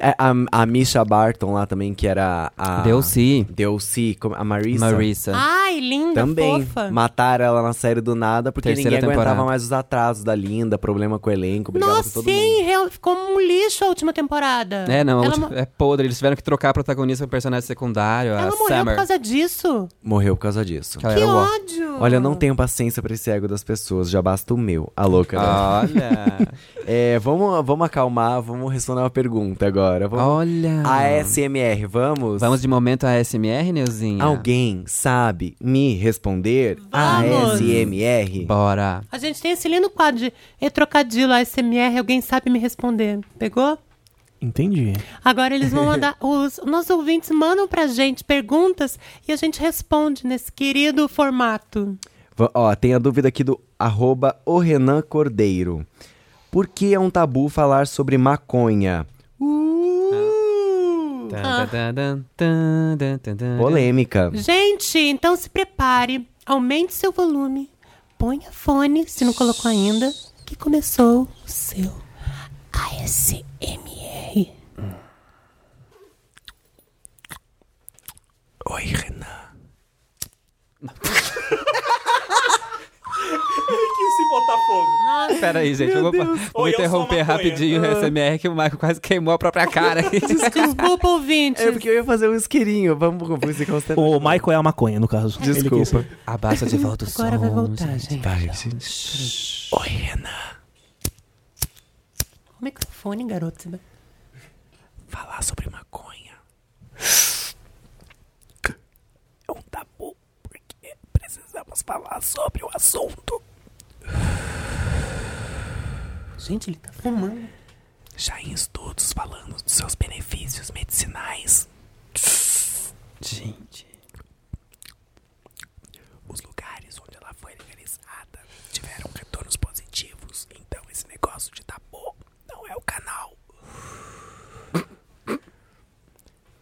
É, a, a Misha Barton lá também, que era a.
Delcy.
Delcy, como- a Marissa.
Marissa.
Ai, linda,
É. também
Hum, fofa.
mataram ela na série do nada porque
Terceira
ninguém
temporada.
aguentava mais os atrasos da Linda, problema com o elenco, brigava com
Nossa,
todo mundo.
sim, real- ficou um lixo a última temporada.
É, não, a
né? Ela,
última-
mo-
é podre. Eles tiveram que trocar a protagonista pro personagem secundário, a
Ah,
ela morreu
Summer.
por causa disso.
Morreu por causa disso.
Ela Que era o ó.
ódio!
Olha, eu não tenho paciência pra esse ego das pessoas, já basta o meu. A louca. né?
Ah. Olha.
é, vamos, vamos acalmar, vamos responder uma pergunta agora. Vamos...
Olha.
ASMR, vamos?
Ah. Vamos de momento a SMR, Neuzinha?
Alguém sabe me responder?
Vamos.
ASMR?
Bora.
A gente tem esse lindo quadro de "É trocadilho ASMR, alguém sabe me responder. Pegou?
Entendi.
Agora eles vão mandar. Os nossos ouvintes mandam pra gente perguntas e a gente responde nesse querido formato.
Va- Ó, tem a dúvida aqui do arroba o Renan Cordeiro. Por que é um tabu falar sobre maconha?
Tan,
Ah.
tan, tan, tan, tan, tan,
É.
tan.
Polêmica.
Gente, então se prepare, aumente seu volume, ponha fone, se não colocou ainda, que começou o seu ASMR.
Oi, Renan.
que se botar fogo.
Nossa.
Pera aí, gente. Eu vou, vou
Oi, eu
interromper
sou maconha.
rapidinho
Ah.
o SMR, que o Marco quase queimou a própria cara. aqui.
Desculpa, ouvinte.
É porque eu ia fazer um isqueirinho. Vamos vamos se concentrar.
O Michael é a maconha, no caso.
Desculpa.
Abaixa de volta o som.
Agora vai voltar, gente.
Oi, Renan.
O microfone, garoto.
Falar sobre maconha.
É um tabu, porque precisamos falar sobre o assunto.
Gente, ele tá fumando.
Já em estudos falando dos seus benefícios medicinais.
Gente.
Os lugares onde ela foi legalizada tiveram retornos positivos. Então esse negócio de tabu não é o canal.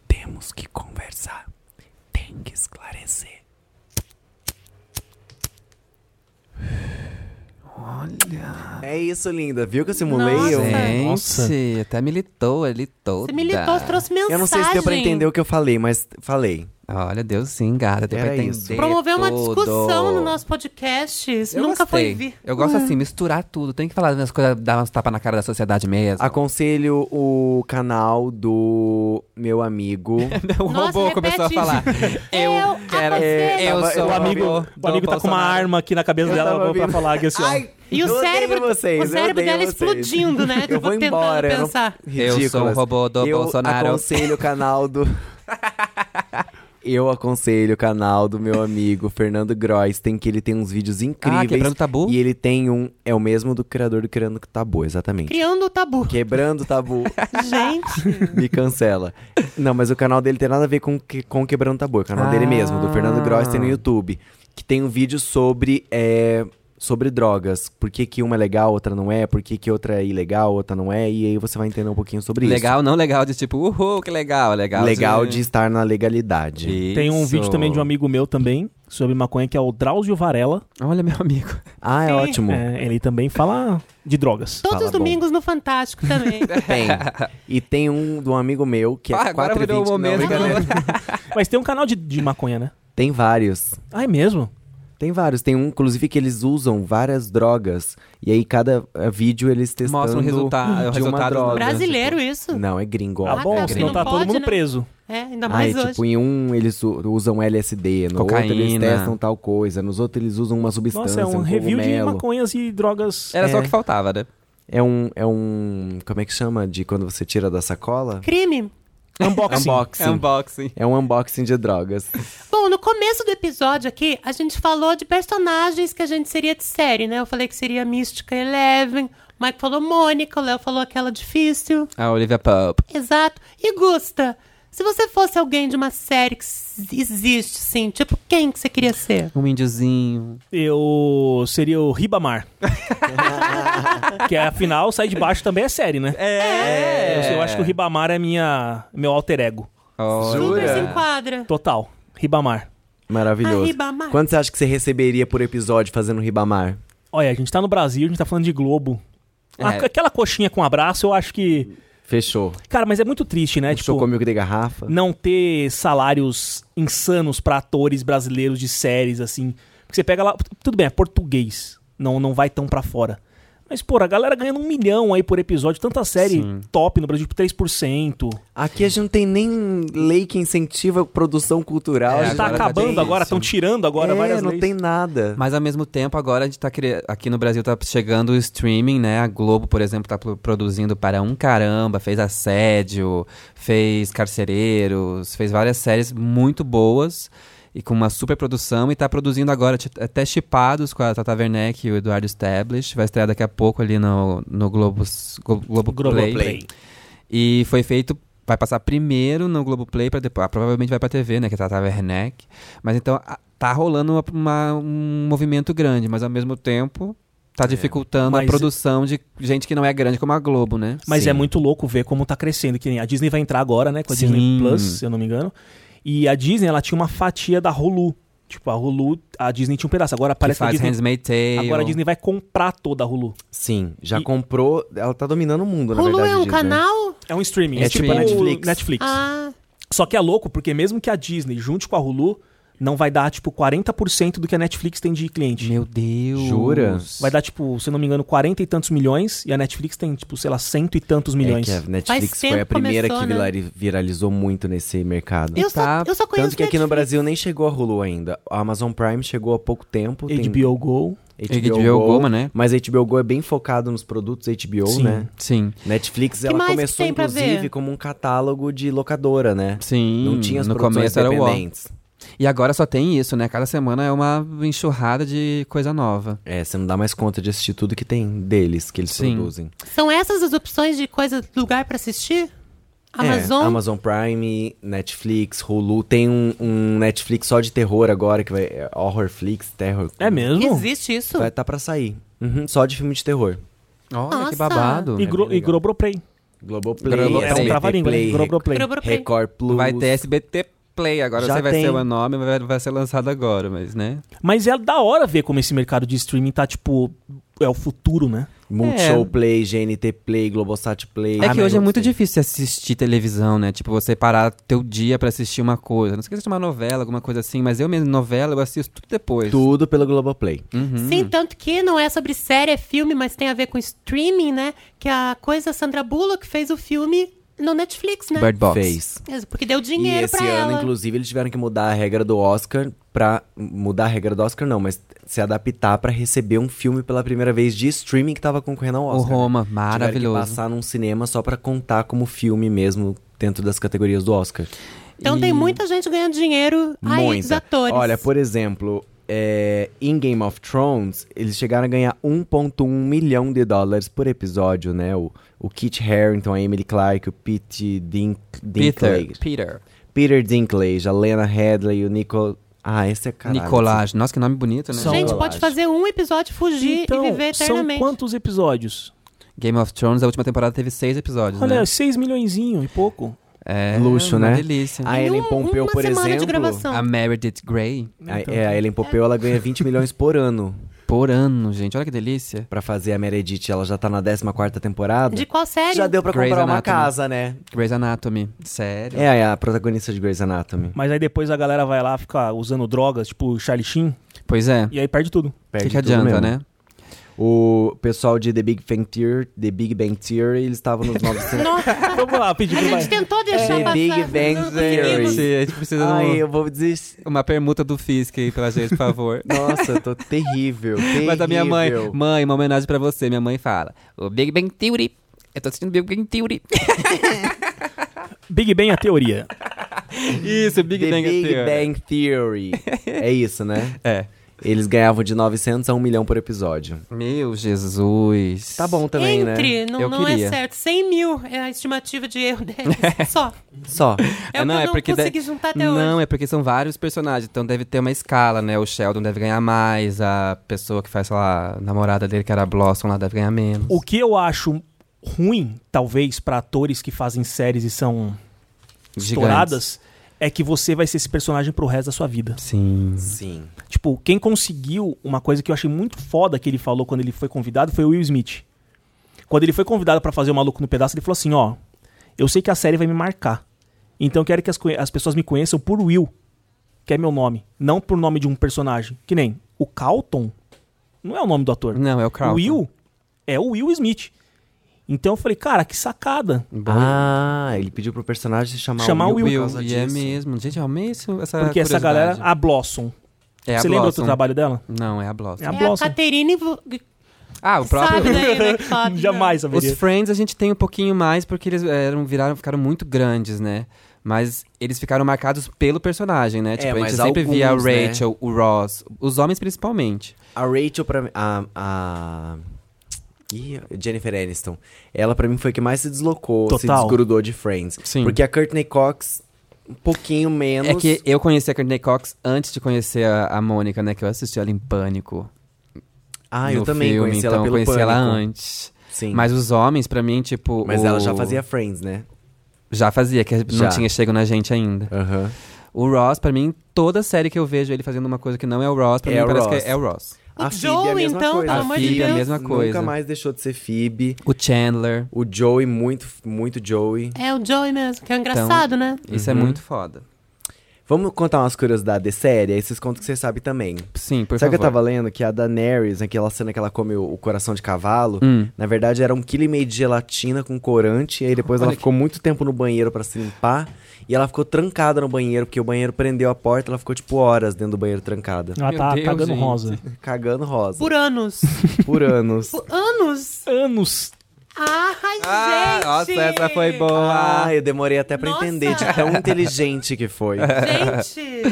Temos que conversar. Tem que esclarecer.
É isso, linda. Viu que eu simulei? Eu-
Gente, até militou ali toda.
Você militou, você trouxe mensagem.
Eu não sei se deu pra entender o que eu falei, mas falei.
Olha, deu sim, gata. Deu pra
Era
entender
isso.
Promover uma
tudo.
discussão no nosso podcast. Isso
Eu
nunca
gostei.
foi vi.
Eu gosto assim, misturar tudo. Tem que falar das coisas, dar umas tapas na cara da sociedade mesmo.
Ah, Aconselho o canal do meu amigo.
o
Nossa,
robô começou a
repete é
falar. Eu, quero.
aconselho.
Eu
Tava-
sou
o
O amigo,
robô
o um amigo
do
tá com uma
Bolsonaro. Ah,
arma aqui na cabeça
Eu tava
dela pra
ouvindo.
falar que assim, ó.
Ai,
E o
eu odeio
cérebro-
vocês,
o
eu
cérebro
odeio
dela
vocês.
explodindo, né?
Eu
Tipo,
vou
tentando
embora. eu não-
pensar.
Eu sou um
Ridículas.
robô do
eu
Bolsonaro.
aconselho o canal do Eu aconselho o canal do meu amigo Fernando Gross, tem que ele tem uns
Ah,
vídeos
é
incríveis.
Quebrando um Tabu?
E ele tem um, é o mesmo do criador do Criando Tabu, exatamente.
Criando o tabu.
Quebrando tabu.
Gente.
Me cancela. Não, mas o canal dele tem nada a ver com, que- com o Quebrando Tabu. É o canal
Ah.
dele mesmo, do Fernando Gross, tem no YouTube. Que tem um vídeo sobre, é, sobre drogas. Por que, que uma é legal, outra não é. Por que, que outra é ilegal, outra não é. E aí você vai entender um pouquinho sobre
Legal,
isso.
não legal de tipo, uhul, que legal, legal. né?
Legal de estar na legalidade.
Tem um vídeo também de um amigo meu também, sobre maconha, que é o Drauzio Varela.
Olha, meu amigo.
Ah, é ótimo.
É, ele também fala de drogas.
Todos os domingos no Fantástico também.
Tem. E tem um de um amigo meu que é
Ah, agora
4
virou o momento,
Mas tem um canal de, de maconha, né?
Tem vários.
Ah, é mesmo?
Tem vários. Tem um, inclusive, que eles usam várias drogas. E aí, cada eh, vídeo, eles testando
Mostra o resulta- o
de uma
resultado
droga.
Brasileiro
então.
isso.
Não, é gringo.
Tá
óbvio,
bom,
é
cara,
senão
gringo.
tá
não
todo
pode,
mundo
né?
preso.
É, ainda
Ah,
mais
é,
hoje.
tipo, em um eles u- usam LSD, no outro eles
Cocaína.
testam tal coisa, nos outros eles usam uma substância,
Nossa, é um, review de
cogumelo.
maconhas e drogas.
Era só
É.
o que faltava, né?
É um, é um, como é que chama de quando você tira da sacola?
Crime.
Unboxing.
Unboxing.
Unboxing.
É um unboxing de drogas.
Bom, no começo do episódio aqui, a gente falou de personagens que a gente seria de série, né? Eu falei que seria Mística Eleven, o Mike falou Mônica, o Léo falou aquela difícil.
A Olivia Pope.
Exato. E Gusta, se você fosse alguém de uma série que s- existe, sim, tipo, quem que você queria ser?
Um índiozinho.
Eu seria o Ribamar. que é, afinal, sai de baixo também é série, né?
É.
Eu, eu acho que o Ribamar é minha, meu alter ego.
Olha.
Super se enquadra.
Total. Ribamar.
Maravilhoso.
Ah, Ribamar.
Quanto você acha que você receberia por episódio fazendo Ribamar?
Olha, a gente tá no Brasil, a gente tá falando de Globo. A-
É.
Aquela coxinha com abraço, eu acho que.
Fechou.
Cara, mas é muito triste, né?
Tipo, Fechou
Tipo,
comigo de garrafa?
não ter salários insanos pra atores brasileiros de séries, assim. Porque você pega lá. Tudo bem, é português. Não, não vai tão pra fora. Mas, pô, a galera ganhando um milhão aí por episódio, tanta série top no Brasil, tipo 3%.
Aqui a gente não tem nem lei que incentiva a produção cultural.
É,
a
Tá
gente
agora
não
acabando
tem
agora,
isso.
estão tirando agora
É,
várias
não
leis.
tem nada.
Mas ao mesmo tempo, agora a gente tá cri- aqui no Brasil tá chegando o streaming, né? A Globo, por exemplo, tá pro- produzindo para um caramba, fez assédio, fez carcereiros, fez várias séries muito boas e com uma super produção e tá produzindo agora ti- até chipados com a Tata Werneck e o Eduardo Stablish. Vai estrear daqui a pouco ali no, no Globo, Globo,
Globoplay.
e foi feito. Vai passar primeiro no Globoplay, pra depois. ah, provavelmente vai pra TV, né? Que é Tata Werneck. Mas então a- tá rolando uma- uma- um movimento grande, mas ao mesmo tempo tá dificultando a
É. Mas-
produção de gente que não é grande como a Globo, né?
Mas
Sim.
é muito louco ver como tá crescendo. Que nem a Disney vai entrar agora, né? Com a
Sim.
Disney Plus, se eu não me engano. E a Disney, ela tinha uma fatia da Hulu. Tipo, a Hulu, a Disney tinha um pedaço. Agora
Que
parece que a
faz
Disney,
Handmaid's Tale.
agora a Disney vai comprar toda a Hulu.
Sim, já
E-
comprou. Ela tá dominando o mundo, na
Hulu
verdade. né?
é um
Disney.
canal?
É um streaming.
É
É tipo
streaming.
Netflix.
Netflix.
Netflix.
Ah,
Só que é louco, porque mesmo que a Disney junte com a Hulu, não vai dar, tipo, 40% do que a Netflix tem de cliente.
Meu Deus.
Jura?
Vai dar, tipo, se eu não me engano, 40 e tantos milhões. E a Netflix tem, tipo, sei lá, cento e tantos milhões.
É que a Netflix
Faz tempo
foi a primeira
começou,
que
né?
virali- viralizou muito nesse mercado.
eu,
Tá.
só, eu só conheço
Tanto que aqui no
Netflix.
Brasil nem chegou a Hulu ainda. A Amazon Prime chegou há pouco tempo. tem
HBO Go.
HBO Go, mas, né?
Mas HBO Go é bem focado nos produtos HBO,
Sim.
né?
Sim.
Netflix,
Que
ela
mais que
começou,
tem pra ver?
inclusive, como um catálogo de locadora, né?
Sim.
Não tinha as
no
produções
começo era o ó.
independentes.
E agora só tem isso, né? Cada semana é uma enxurrada de coisa nova.
É, você não dá mais conta de assistir tudo que tem deles, que eles
Sim.
produzem.
São essas as opções de coisa, lugar pra assistir? Amazon?
É, Amazon Prime, Netflix, Hulu. Tem um, um Netflix só de terror agora, que vai. é Horrorflix, Terror.
É mesmo?
Existe isso?
Vai tá pra sair. Uhum, só de filme de terror.
Olha
Nossa.
que babado.
E,
É bem
Gro- e
legal.
Globoplay.
Globoplay,
Globoplay.
Globoplay
É um
SBT
trava-língua, né?
Play,
Globoplay.
Pro- pro-
Record Plus.
Vai ter SBT Play, agora
Já
você vai
tem.
ser o nome, vai, vai ser lançado agora, mas né?
Mas é da hora ver como esse mercado de streaming tá, tipo, é o futuro, né?
Multishow
É.
Play, GNT Play, Globosat Play.
É que hoje é muito
difícil.
difícil assistir televisão, né? Tipo, você parar teu dia pra assistir uma coisa. Não sei se assistir uma novela, alguma coisa assim, mas eu mesmo, novela, eu assisto tudo depois.
Tudo pelo Globoplay. Hum.
Sim, tanto que não é sobre série, é filme, mas tem a ver com streaming, né? Que a coisa Sandra Bullock fez o filme no Netflix, né?
Bird Box.
Fez.
É, Porque deu
E
dinheiro
esse
pra
ano,
ela.
inclusive, eles tiveram que mudar a regra do Oscar pra. Mudar a regra do Oscar, não, mas se adaptar pra receber um filme pela primeira vez de streaming que tava concorrendo ao
O
Oscar.
Roma,
Tiveram que
maravilhoso.
passar num cinema só pra contar como filme mesmo dentro das categorias do Oscar.
Então
E-
tem muita gente ganhando dinheiro aí dos
Muita.
atores.
Olha, por exemplo, é, em Game of Thrones, eles chegaram a ganhar 1,1 milhão de dólares por episódio, né? O, o Kit Harington, a Emily Clark, o Pete Dink, Dinklage.
Peter.
Peter Dinklage, a Lena Headley, o Nicole... Ah, esse é caralho.
Nicolás. Nossa, que nome bonito, né?
gente, pode fazer um episódio, fugir
Então,
e viver
são
eternamente.
quantos episódios?
Game of Thrones, a última temporada teve seis episódios,
Olha,
é.
né?
6 milhõeszinho e pouco.
É,
Luxo,
uma
né?
delícia.
A Ellen
um-
Pompeu, por exemplo...
A Meredith Grey.
A, é, a Ellen Pompeu, ela ganha 20 milhões por ano.
Por ano, gente. Olha que delícia.
Pra fazer a Meredith, ela já tá na 14ª temporada.
De qual
É,
série?
Já deu pra
Grey's
comprar uma
Anatomy.
casa, né?
Grey's Anatomy. Sério.
É, a protagonista de Grey's Anatomy.
Mas aí depois a galera vai lá ficar usando drogas, tipo Charlie Sheen,
Pois é.
e aí perde tudo.
Perde
que que
tudo
adianta,
mesmo.
né?
O pessoal de The Big Bang Theory, The Big Bang Theory eles estavam nos 900...
Vamos lá, pedir
A gente
pro vai.
tentou deixar
The
passar.
Big
não
Bang
conseguimos.
Theory.
Sim, a gente precisa de um-
Ai, eu vou desistir.
uma permuta do Fisk aí pra gente, por favor.
Nossa, eu tô terrível, terrível.
Mas a minha mãe, mãe, uma homenagem pra você. Minha mãe fala: O Big Bang Theory. Eu tô assistindo Big Bang Theory.
Big Bang é a teoria.
Isso, Big
The
Bang
Big
Theory.
Bang Theory. É isso, né?
É.
Eles ganhavam de 900 a 1 milhão por episódio.
Meu Jesus.
Tá bom também, né?
Entre, não,
Eu
não é
queria.
certo. 100 mil é a estimativa de erro deles. Só.
Só.
Ah,
É o que eu não consegui juntar até
Não,
hoje.
é porque são vários personagens, então deve ter uma escala, né? O Sheldon deve ganhar mais, a pessoa que faz, sei lá, a namorada dele, que era a Blossom, lá deve ganhar menos.
O que eu acho ruim, talvez, pra atores que fazem séries e são
Gigantes.
estouradas, é que você vai ser esse personagem pro resto da sua vida.
Sim.
Sim.
Tipo, quem conseguiu uma coisa que eu achei muito foda que ele falou quando ele foi convidado foi o Will Smith. Quando ele foi convidado pra fazer o Maluco no Pedaço, ele falou assim, ó, eu sei que a série vai me marcar. Então eu quero que as, conhe- as pessoas me conheçam por Will, que é meu nome, não por nome de um personagem. Que nem o Calton não é o nome do ator.
Não, é o Carl.
O Will é o Will Smith. Então eu falei, cara, que sacada.
Ah, ele pediu pro personagem se chamar,
Chamar
o
o
Will.
Will.
por
Will,
causa
e é
disso.
mesmo. Gente, eu amei isso, essa
Porque essa galera,
ah,
curiosidade.
a Blossom.
É a
Você lembra
Blossom.
outro trabalho dela?
Não, é a Blossom.
É a
É a
Blossom.
Caterine Vo-
Ah, o próprio...
sabe daí, né? que fala,
Jamais
Os
saberia.
Friends a gente tem um pouquinho mais porque eles eram, viraram, ficaram muito grandes, né? Mas eles ficaram marcados pelo personagem, né? Tipo, a
É, mas
gente sempre via a
alguns, né?
Rachel, o Ross, os homens principalmente.
A Rachel pra mim. A. a... Ih, Jennifer Aniston. Ela pra mim foi a que mais se deslocou, se
Total.
desgrudou de Friends.
Sim.
Porque a Courtney Cox, um pouquinho menos.
É que eu conheci a Courtney Cox antes de conhecer a, a Mônica, né? Que eu assisti ela em Pânico.
Ah, eu
no
também
filme,
conheci
então
ela
eu
pelo
conheci ela
Pânico.
antes.
Sim. Mas,
Mas os homens, pra mim, tipo. o-
ela já fazia Friends, né?
Já fazia, que
Já.
não tinha chego na gente ainda.
Aham.
O Ross, pra mim, toda série que eu vejo ele fazendo uma coisa que não é o Ross, pra
É
mim
o
parece
Ross.
que é o Ross.
O
A
Joe,
Phoebe é a mesma
então,
coisa.
pelo
A
amor de
Phoebe é a
Deus.
mesma coisa.
Nunca mais deixou de ser Phoebe.
O Chandler.
O Joey, muito, muito Joey.
É o Joey mesmo, que é engraçado, né?
Isso é muito foda.
Vamos contar umas curiosidades sérias, aí vocês contam o que vocês sabem também.
Sim, por
Sabe o que eu
favor.
tava lendo? Que a Daenerys, naquela cena que ela come o, o coração de cavalo,
Hum.
na verdade era um quilo e meio de gelatina com corante, e aí depois ela ficou muito tempo no banheiro pra se limpar, e ela ficou trancada no banheiro, porque o banheiro prendeu a porta, ela ficou tipo horas dentro do banheiro trancada,
Ela
Meu
tá
Deus,
cagando
gente.
rosa.
cagando rosa, por,
Por anos.
anos.
Por anos?
Anos.
Ai,
Ah,
gente!
nossa, essa foi boa.
Ah, eu demorei até pra
Nossa.
entender de tão inteligente que foi.
Gente!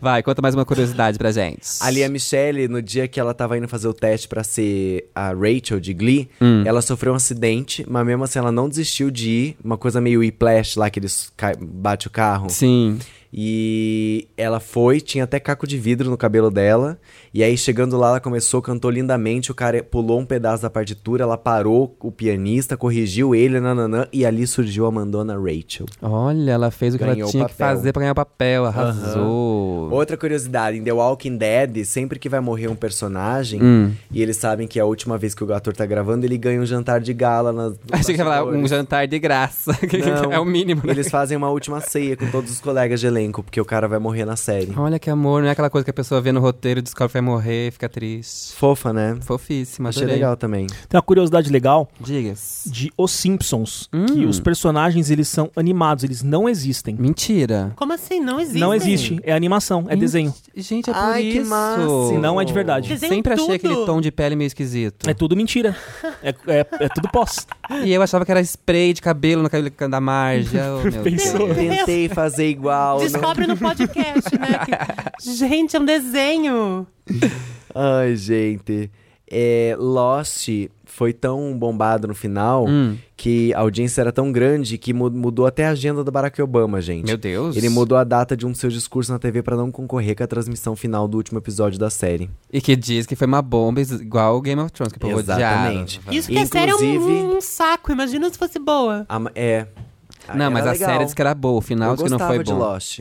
Vai, conta mais uma curiosidade pra gente.
Ali é a Michelle, no dia que ela tava indo fazer o teste pra ser a Rachel de Glee, ela sofreu um acidente, mas mesmo assim ela não desistiu de ir. Uma coisa meio whiplash lá, que eles cai- bate o carro.
Sim.
E ela foi, tinha até caco de vidro no cabelo dela. E aí, chegando lá, ela começou, cantou lindamente. O cara pulou um pedaço da partitura, ela parou o pianista, corrigiu ele, nananã. E ali surgiu a Mandona Rachel.
Olha, ela fez o que
Ganhou
ela
o
tinha que
papel.
fazer pra ganhar o papel. Arrasou.
Outra curiosidade, em The Walking Dead, sempre que vai morrer um personagem, e eles sabem que é a última vez que o ator tá gravando, ele ganha um jantar de gala. nas- nos
Achei que ia falar um
bastidores.
jantar de graça. que
Não,
é o mínimo, né?
Eles fazem uma última ceia com todos os colegas de elenco, porque o cara vai morrer na série.
Olha que amor, não é aquela coisa que a pessoa vê no roteiro, descobre que vai morrer, fica triste.
Fofa, né?
Fofíssima,
Achei
adorei.
legal também.
Tem uma curiosidade legal
Diga.
de Os Simpsons,
Hum.
que os personagens eles são animados, eles não existem.
Mentira.
Como assim? Não existe.
Não existe, é animação, é desenho.
Gente, é por
Ai, que
isso.
máximo.
Não é de verdade.
Desenho
Sempre achei
tudo.
aquele tom de pele meio esquisito.
É tudo mentira. É, é- é tudo pós.
E eu achava que era spray de cabelo no cabelo da Marge. Oh, meu
Pensou?
Deus.
Tentei fazer igual. né? não-
Descobre no podcast, né? que- Gente, é um desenho.
Ai, gente. É, Lost foi tão bombado no final
Hum.
que a audiência era tão grande que mu- mudou até a agenda do Barack Obama, gente.
Meu Deus.
Ele mudou a data de um dos seus discursos na TV pra não concorrer com a transmissão final do último episódio da série.
E que diz que foi uma bomba igual o Game of Thrones, que o povo
Exatamente.
odiava.
Isso que é sério é
Inclusive-
um, um saco. Imagina se fosse boa.
A ma- é.
Não,
Era
mas a
legal.
série diz que era boa, o final
Eu
diz que não
gostava
foi
de
bom.
Lost.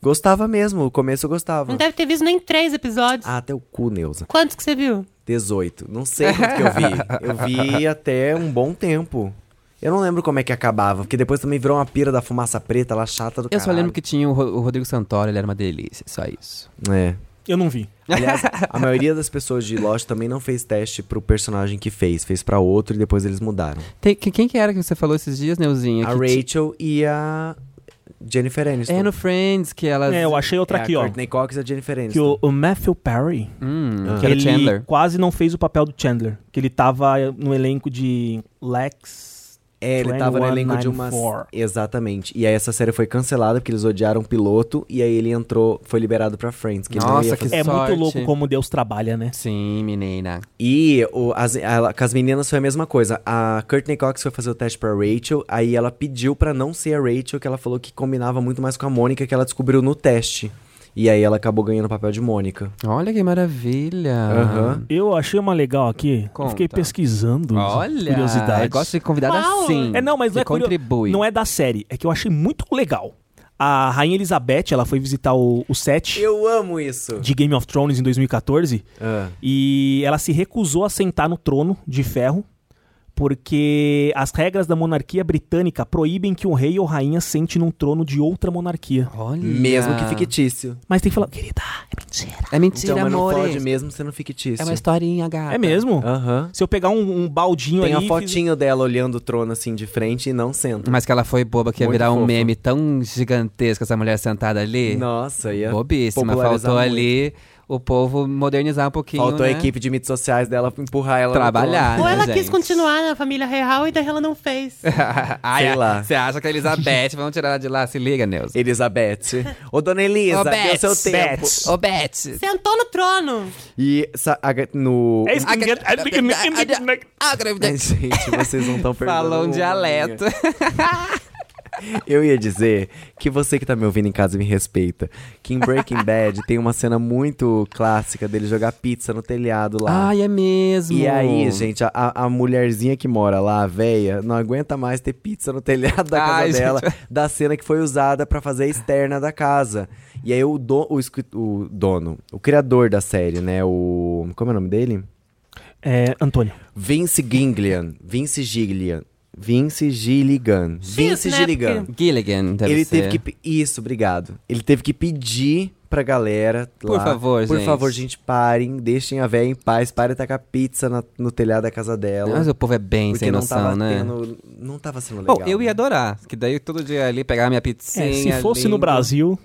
Gostava mesmo, o começo eu gostava.
Não deve ter visto nem três episódios.
Hum. Ah, até o cu, Neuza.
Quantos que você viu?
18. Não sei quanto que eu vi. Eu vi até um bom tempo. Eu não lembro como é que acabava, porque depois também virou uma pira da fumaça preta lá chata do
Eu só lembro que tinha o, Ro- o Rodrigo Santoro, ele era uma delícia, só isso.
que. É.
Eu não vi.
Aliás, a maioria das pessoas de Lost também não fez teste pro personagem que fez, fez pra outro e depois eles mudaram.
Tem- que- quem que era que você falou esses dias, Neuzinha?
A
Que ti-
Rachel e a Jennifer Aniston.
É no Friends que elas...
É, eu achei outra
É,
aqui,
a
ó.
Courtney Cox e a Jennifer
Que
Aniston.
o, o Matthew Perry,
Hum, que era o
ele
Chandler.
quase não fez o papel do Chandler. Que ele tava eh, no elenco de Lex.
É, ele tava no elenco de uma.
2194.
Exatamente. E aí essa série foi cancelada porque eles odiaram o piloto. E aí ele entrou, foi liberado pra Friends. Que não
Nossa,
ia
que
fazer.
É
Sorte.
muito louco como Deus trabalha, né?
Sim, menina.
E o- as, a- com as meninas foi a mesma coisa. A Courtney Cox foi fazer o teste pra Rachel. Aí ela pediu pra não ser a Rachel, que ela falou que combinava muito mais com a Mônica, que ela descobriu no teste. E aí ela acabou ganhando o papel de Mônica.
Olha que maravilha.
Aham.
Eu achei uma legal aqui. Eu
Conta.
fiquei pesquisando.
Olha,
curiosidades.
eu gosto de convidada
Uau.
assim.
É, não, mas
que
não é curio-
contribui.
Não é da série, é que eu achei muito legal. A Rainha Elizabeth, ela foi visitar o, o set
Eu amo isso!
de Game of Thrones em 2014
Ah.
e ela se recusou a sentar no trono de ferro porque as regras da monarquia britânica proíbem que um rei ou rainha sente num trono de outra monarquia.
Olha.
Mesmo que fictício.
Mas tem que falar, querida, é mentira.
É mentira,
Então, mas não
amores.
pode mesmo sendo fictício.
É uma historinha, gata.
É mesmo?
Aham.
Se eu pegar um, um baldinho
Tem a
aí... e fiz-
fotinho dela olhando o trono assim de frente e não senta.
Mas que ela foi boba que ia
Muito
virar um
fofa.
meme tão gigantesco, essa mulher sentada ali.
Nossa, ia
Bobíssima.
popularizar
Faltou
muito.
ali o povo modernizar um pouquinho.
Faltou a
né?
equipe de mídias sociais dela pra empurrar ela no
Trabalhar.
trono.
Ou
né,
ela quis
gente?
continuar na família real e daí ela não fez.
Ai,
Sei
a-
lá.
Você acha que a Elizabeth, vamos tirar ela de lá, se liga, Neuza.
Elizabeth. Ô, dona Elisa,
Ô, Beth,
deu seu tempo.
Ô, Beth.
Sentou no trono.
E sa- a ga- no.
É isso que-
Ai, gente, vocês não estão perdendo.
né? Falou um
uma
dialeto.
minha. Eu ia dizer que você que tá me ouvindo em casa me respeita. Que em Breaking Bad tem uma cena muito clássica dele jogar pizza no telhado lá.
Ai, é mesmo.
E
Hum.
aí, gente, a, a a mulherzinha que mora lá, a véia, não aguenta mais ter pizza no telhado da casa
Ai, gente.
dela, da cena que foi usada pra fazer a externa da casa. E aí o, do, o, escri- o dono, o criador da série, né, o... como é o nome dele?
É, Antônio.
Vince Gilligan, Vince Gilligan, Vince Gilligan, Vince
né,
Gilligan.
Gilligan, deve
Ele
ser.
teve que... pe- Isso, obrigado. Ele teve que pedir pra galera
Por
lá,
favor,
Por
gente.
favor, gente, parem. Deixem a véia em paz. Parem de tacar pizza na- no telhado da casa dela.
Mas o povo é bem
Porque
sem
não
noção,
tava
né?
tendo. Não tava sendo legal.
Bom, eu ia
né?
adorar. Que daí todo dia ali pegar minha pizzinha.
É, se fosse no
lindo.
Brasil...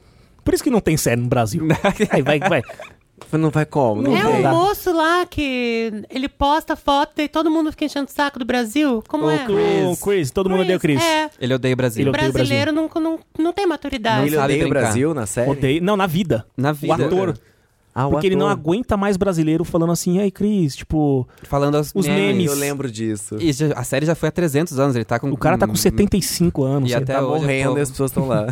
Por isso que não tem série no Brasil. Aí vai, vai.
Mas né? Não vai como? Não,
é
tem.
um moço lá que ele posta foto e todo mundo fica enchendo o saco do Brasil. Como
Ô,
é?
Chris.
O Chris, todo mundo odeia o Chris.
É,
Ele odeia o Brasil.
Ele odeia o
brasileiro não, não, não tem maturidade.
Ele
sabe
odeia o
brincar.
Brasil na série?
Odeio. Não, na vida.
Na
O
vida. É.
ator.
Ah, o
porque ele não
ator.
aguenta mais brasileiro falando assim, ei, Cris, tipo.
Falando aos
Os memes.
Eu lembro disso.
E já- a série já foi há 300 anos, ele tá com...
O cara tá com
hum,
75 anos.
E
sei
até
lá.
Tá
hoje, é
morrendo
pô.
e as pessoas estão lá.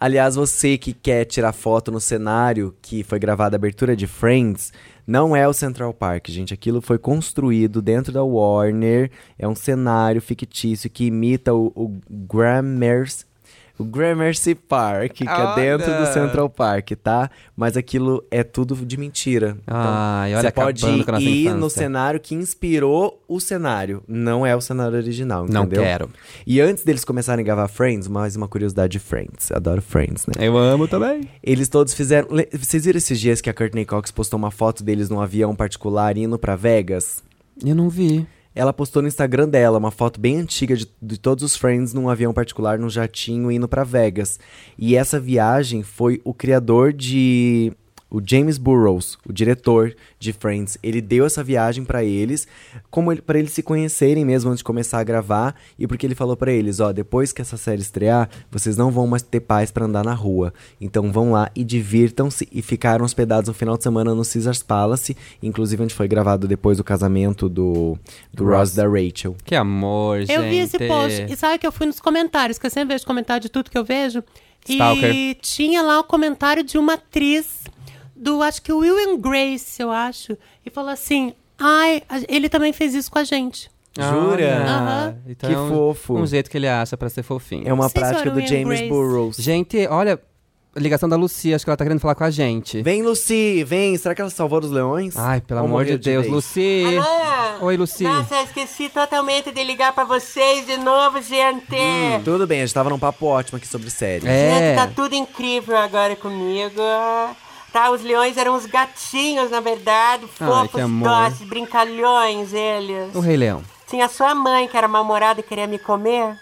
Aliás, você que quer tirar foto no cenário que foi gravada a abertura de Friends, não é o Central Park, gente. Aquilo foi construído dentro da Warner. É um cenário fictício que imita o, o Grammars o Gramercy Park, que
Olha!
é dentro do Central Park, tá? Mas aquilo é tudo de mentira. Então,
Ai, olha,
você pode
acabando com a nossa
ir
infância.
no cenário que inspirou o cenário. Não é o cenário original,
Não
entendeu?
quero.
E antes deles começarem a gravar Friends, mais uma curiosidade de Friends. Adoro Friends, né?
Eu amo também.
Eles todos fizeram... le- Vocês viram esses dias que a Courtney Cox postou uma foto deles num avião particular indo pra Vegas?
Eu não vi.
Ela postou no Instagram dela uma foto bem antiga de, de todos os Friends num avião particular, num jatinho, indo pra Vegas. E essa viagem foi o criador de. O James Burroughs, o diretor de Friends, ele deu essa viagem pra eles, como ele, para eles se conhecerem mesmo antes de começar a gravar, e porque ele falou pra eles, ó, depois que essa série estrear, vocês não vão mais ter paz pra andar na rua. Então vão lá e divirtam-se e ficaram hospedados no final de semana no Caesars Palace, inclusive onde foi gravado depois o casamento do do Ross da Rachel.
Que amor, gente.
Eu vi esse post. E sabe que eu fui nos comentários, que eu sempre vejo comentário de tudo que eu vejo. E
Stalker.
tinha lá o comentário de uma atriz do, acho que Will and Grace, eu acho. E falou assim, ai, a- ele também fez isso com a gente.
Jura?
Aham.
Que
é um-
fofo.
Um jeito que ele acha pra ser fofinho.
É uma Vocês prática foram do em James Grace? Burroughs.
Gente, olha, ligação da Lucia, acho que ela tá querendo falar com a gente.
Vem, Lucy, vem. Será que ela salvou os leões?
Ai, pelo
Ou
amor de
morreu de
Deus,
vez?
Lucy.
Alô?
Oi, Lucy.
Nossa, eu esqueci totalmente de ligar pra vocês de novo, gente.
É.
Hum,
Tudo bem, a gente tava num papo ótimo aqui sobre séries.
É,
Gente, tá tudo incrível agora comigo. Tá, os leões eram uns gatinhos, na verdade, fofos,
amor.
doces, brincalhões eles.
O Rei Leão.
Tinha sua mãe, que era mal-humorada e queria me comer,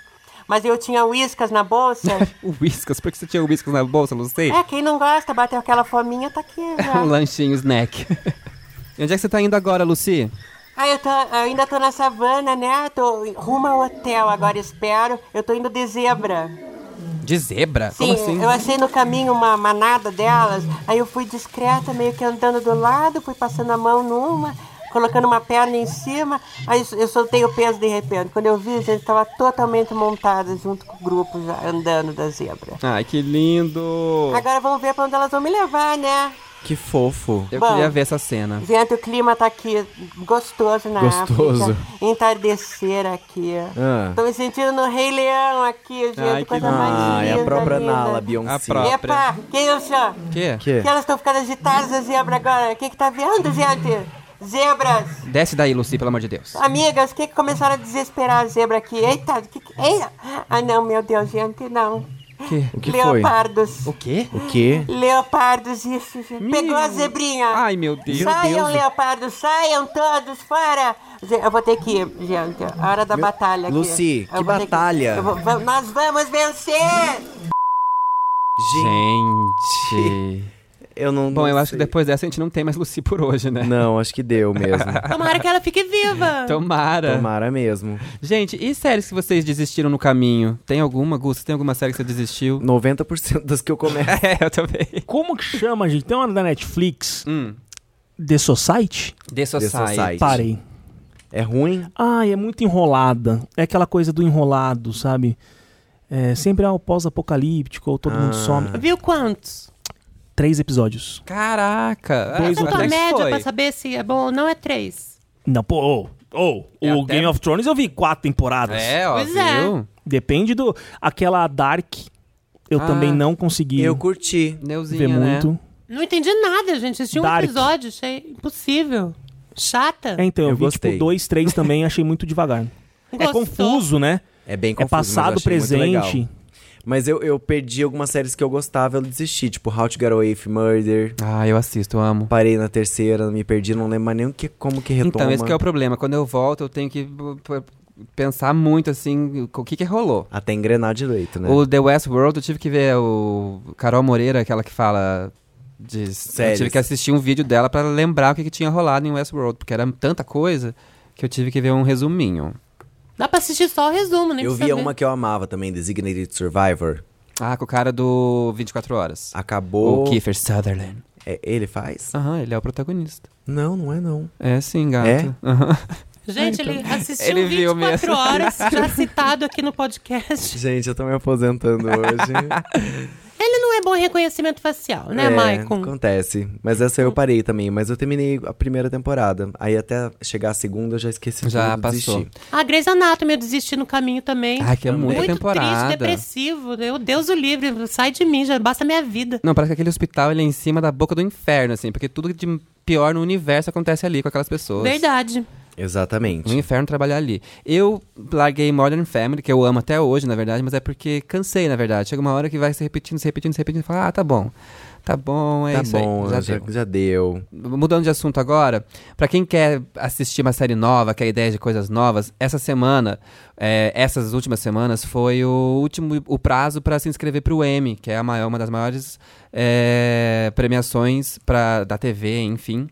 mas eu tinha uíscas na bolsa.
O Whiskas, por que você tinha o Whiskas na bolsa, Lucy?
é, quem não gosta, bateu aquela fominha, tá aqui
É um
já.
lanchinho, snack. e onde é que você tá indo agora, Lucy?
Ah, eu, tô, eu ainda tô na savana, né? Tô rumo ao hotel agora, espero. Eu tô indo de zebra.
De zebra?
Sim,
Como assim?
eu achei no caminho uma manada delas, aí eu fui discreta, meio que andando do lado, fui passando a mão numa, colocando uma perna em cima, aí eu- eu soltei o peso de repente. Quando eu vi, a gente tava totalmente montada junto com o grupo já andando da zebra.
Ai, que lindo.
Agora vamos ver pra onde elas vão me levar, né?
Que fofo.
Eu
Bom.
queria ver essa cena.
Gente, o clima tá aqui gostoso na
Gostoso.
África. Entardecer aqui.
Ah.
Tô me sentindo no Rei Leão aqui, gente.
Ai, que
coisa
lindo.
mais
Ah,
linda.
é a própria
linda.
Nala, Beyoncé.
A própria.
Epa, quem eu sou?
Que?
Que?
Que elas estão ficando agitadas, a zebra, agora. Quem que tá vendo, gente? Zebras!
Desce daí, Lucy, pelo amor de Deus.
Amigas, quem que começaram a desesperar a zebra aqui? Eita, que que... Ei! Ah, não, meu Deus, gente, não.
O que
Leopardos.
foi? O quê? O quê?
Leopardos, isso, gente. Pegou a zebrinha.
Ai, meu Deus.
Saiam,
Meu Deus.
leopardos, saiam todos, fora! Ze- Eu vou ter que ir, gente. A hora da batalha aqui.
Lucy,
Eu
que
vou ter
batalha?
eu vou- va- Nós vamos vencer!
Gente.
Eu não.
Bom,
não
eu acho que
sei.
depois dessa a gente não tem mais Lucy por hoje, né?
Não, acho que deu mesmo.
Tomara que ela fique viva.
Tomara.
Tomara mesmo.
Gente, e séries que vocês desistiram no caminho? Tem alguma, Gusta? Tem alguma série que você desistiu?
90% das que eu começo.
é, eu também.
Como que chama, gente? Tem uma da Netflix. The Society?
The Hum. Society.
Parei.
É ruim?
Ai, é muito enrolada. É aquela coisa do enrolado, sabe? É, sempre é o pós-apocalíptico, ou todo
Ah.
mundo some.
Viu quantos?
Três episódios.
Caraca.
Dois
Essa
ou
tua
três
média
foi.
pra saber se é bom ou não é três.
Não, pô, ou o
até-
Game of Thrones eu vi quatro temporadas.
É, ó,
Pois é.
viu?
Depende do. Aquela Dark, eu
Ah,
também não consegui
Eu curti.
Neuzinha,
ver muito.
Né?
Não entendi nada, gente. Assisti um
Dark.
episódio, achei impossível. Chata.
É, então, eu,
Eu
vi
gostei.
tipo dois, três também, achei muito devagar. É
Gostou?
confuso, né?
É bem
É
confuso, mas eu
passado,
achei muito legal.
presente.
Mas eu, eu perdi algumas séries que eu gostava, eu desisti. Tipo, How to Get Away with Murder.
Ah, eu assisto, eu amo.
Parei na terceira, me perdi, não lembro mais nem o que, como que retoma.
Então, esse que é o problema. Quando eu volto, eu tenho que p- p- pensar muito, assim, o que que rolou.
Até engrenar direito, né?
O The Westworld, eu tive que ver o Carol Moreira, aquela que fala de... Eu
Séries.
tive que assistir um vídeo dela pra lembrar o que, que tinha rolado em Westworld, porque era tanta coisa que eu tive que ver um resuminho.
Dá pra assistir só o resumo, nem
Eu
precisa
via
ver.
uma que eu amava também, Designated Survivor.
Ah, com o cara do 24 Horas.
Ah, Acabou.
O Kiefer Sutherland.
É, ele faz?
Aham, ele é o protagonista.
Não, não é não.
É sim, gato.
É?
Aham.
Gente, ele assistiu
então. Ele viu
24
mesmo.
horas, já citado aqui no podcast.
Gente, eu tô me aposentando hoje.
Ele não é bom em reconhecimento facial, né,
é,
Maicon? Hum.
acontece. Mas essa eu parei também. Mas eu terminei a primeira temporada. Aí até chegar a segunda eu já esqueci
Já
tudo,
passou.
desisti.
A Grey's Anatomy eu desisti no caminho também.
Ai, que é muita
Muito
temporada.
triste, depressivo. Meu Deus o livre, sai de mim, já basta a minha vida.
Não, parece que aquele hospital ele é em cima da boca do inferno, assim, porque tudo de pior no universo acontece ali com aquelas pessoas.
Verdade.
Exatamente.
No inferno trabalhar ali. Eu larguei Modern Family, que eu amo até hoje, na verdade, mas é porque cansei, na verdade. Chega uma hora que vai se repetindo, se repetindo, se repetindo, e fala, ah, tá bom. Tá bom, é
tá
isso
bom,
aí. Já
já,
deu.
já deu.
Mudando de assunto agora, pra quem quer assistir uma série nova, quer ideia de coisas novas, essa semana, é, essas últimas semanas, foi o último o prazo pra se inscrever pro Emmy, que é a maior, uma das maiores é, premiações pra, da TV, enfim.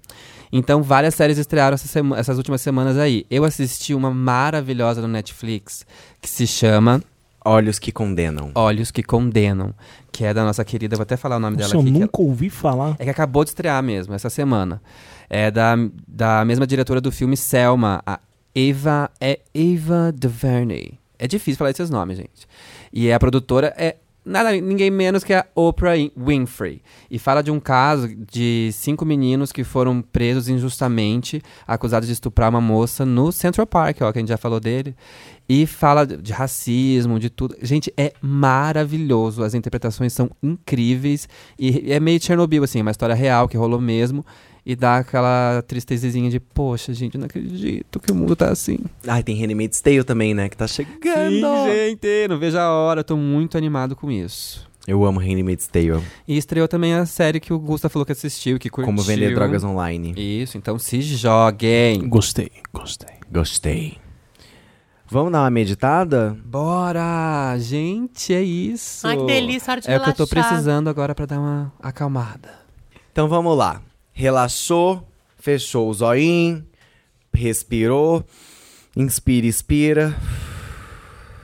Então, várias séries estrearam essa sema- essas últimas semanas aí. Eu assisti uma maravilhosa no Netflix que se chama.
Olhos que Condenam.
Olhos que Condenam, que é da nossa querida, vou até falar o nome
Nossa,
dela
eu
aqui. que
nunca ouvi falar.
é que acabou de estrear mesmo, essa semana. É da, da mesma diretora do filme Selma, a Eva. É Eva DuVernay. É difícil falar esses nomes, gente. E a produtora é nada, ninguém menos que a Oprah Winfrey. E fala de um caso de cinco meninos que foram presos injustamente, acusados de estuprar uma moça no Central Park, ó, que a gente já falou dele. E fala de de racismo, de tudo. Gente, é maravilhoso. As interpretações são incríveis. E é meio Chernobyl, assim, uma história real que rolou mesmo. E dá aquela tristezinha de, poxa, gente, eu não acredito que o mundo tá assim.
Ai, tem Handmaid's Tale também, né? Que tá chegando.
Sim, gente, não vejo a hora. Eu Tô muito animado com isso.
Eu amo Handmaid's Tale.
E estreou também a série que o Gusta falou que assistiu, que curtiu.
Como vender drogas online.
Isso, então se joguem.
Gostei, gostei.
Gostei. Vamos dar uma meditada?
Bora! Gente, é isso.
Ai, que delícia, hora de
É o que eu tô
relaxar.
precisando agora pra dar uma acalmada.
Então vamos lá. Relaxou, fechou o zoinho, respirou, inspira, expira,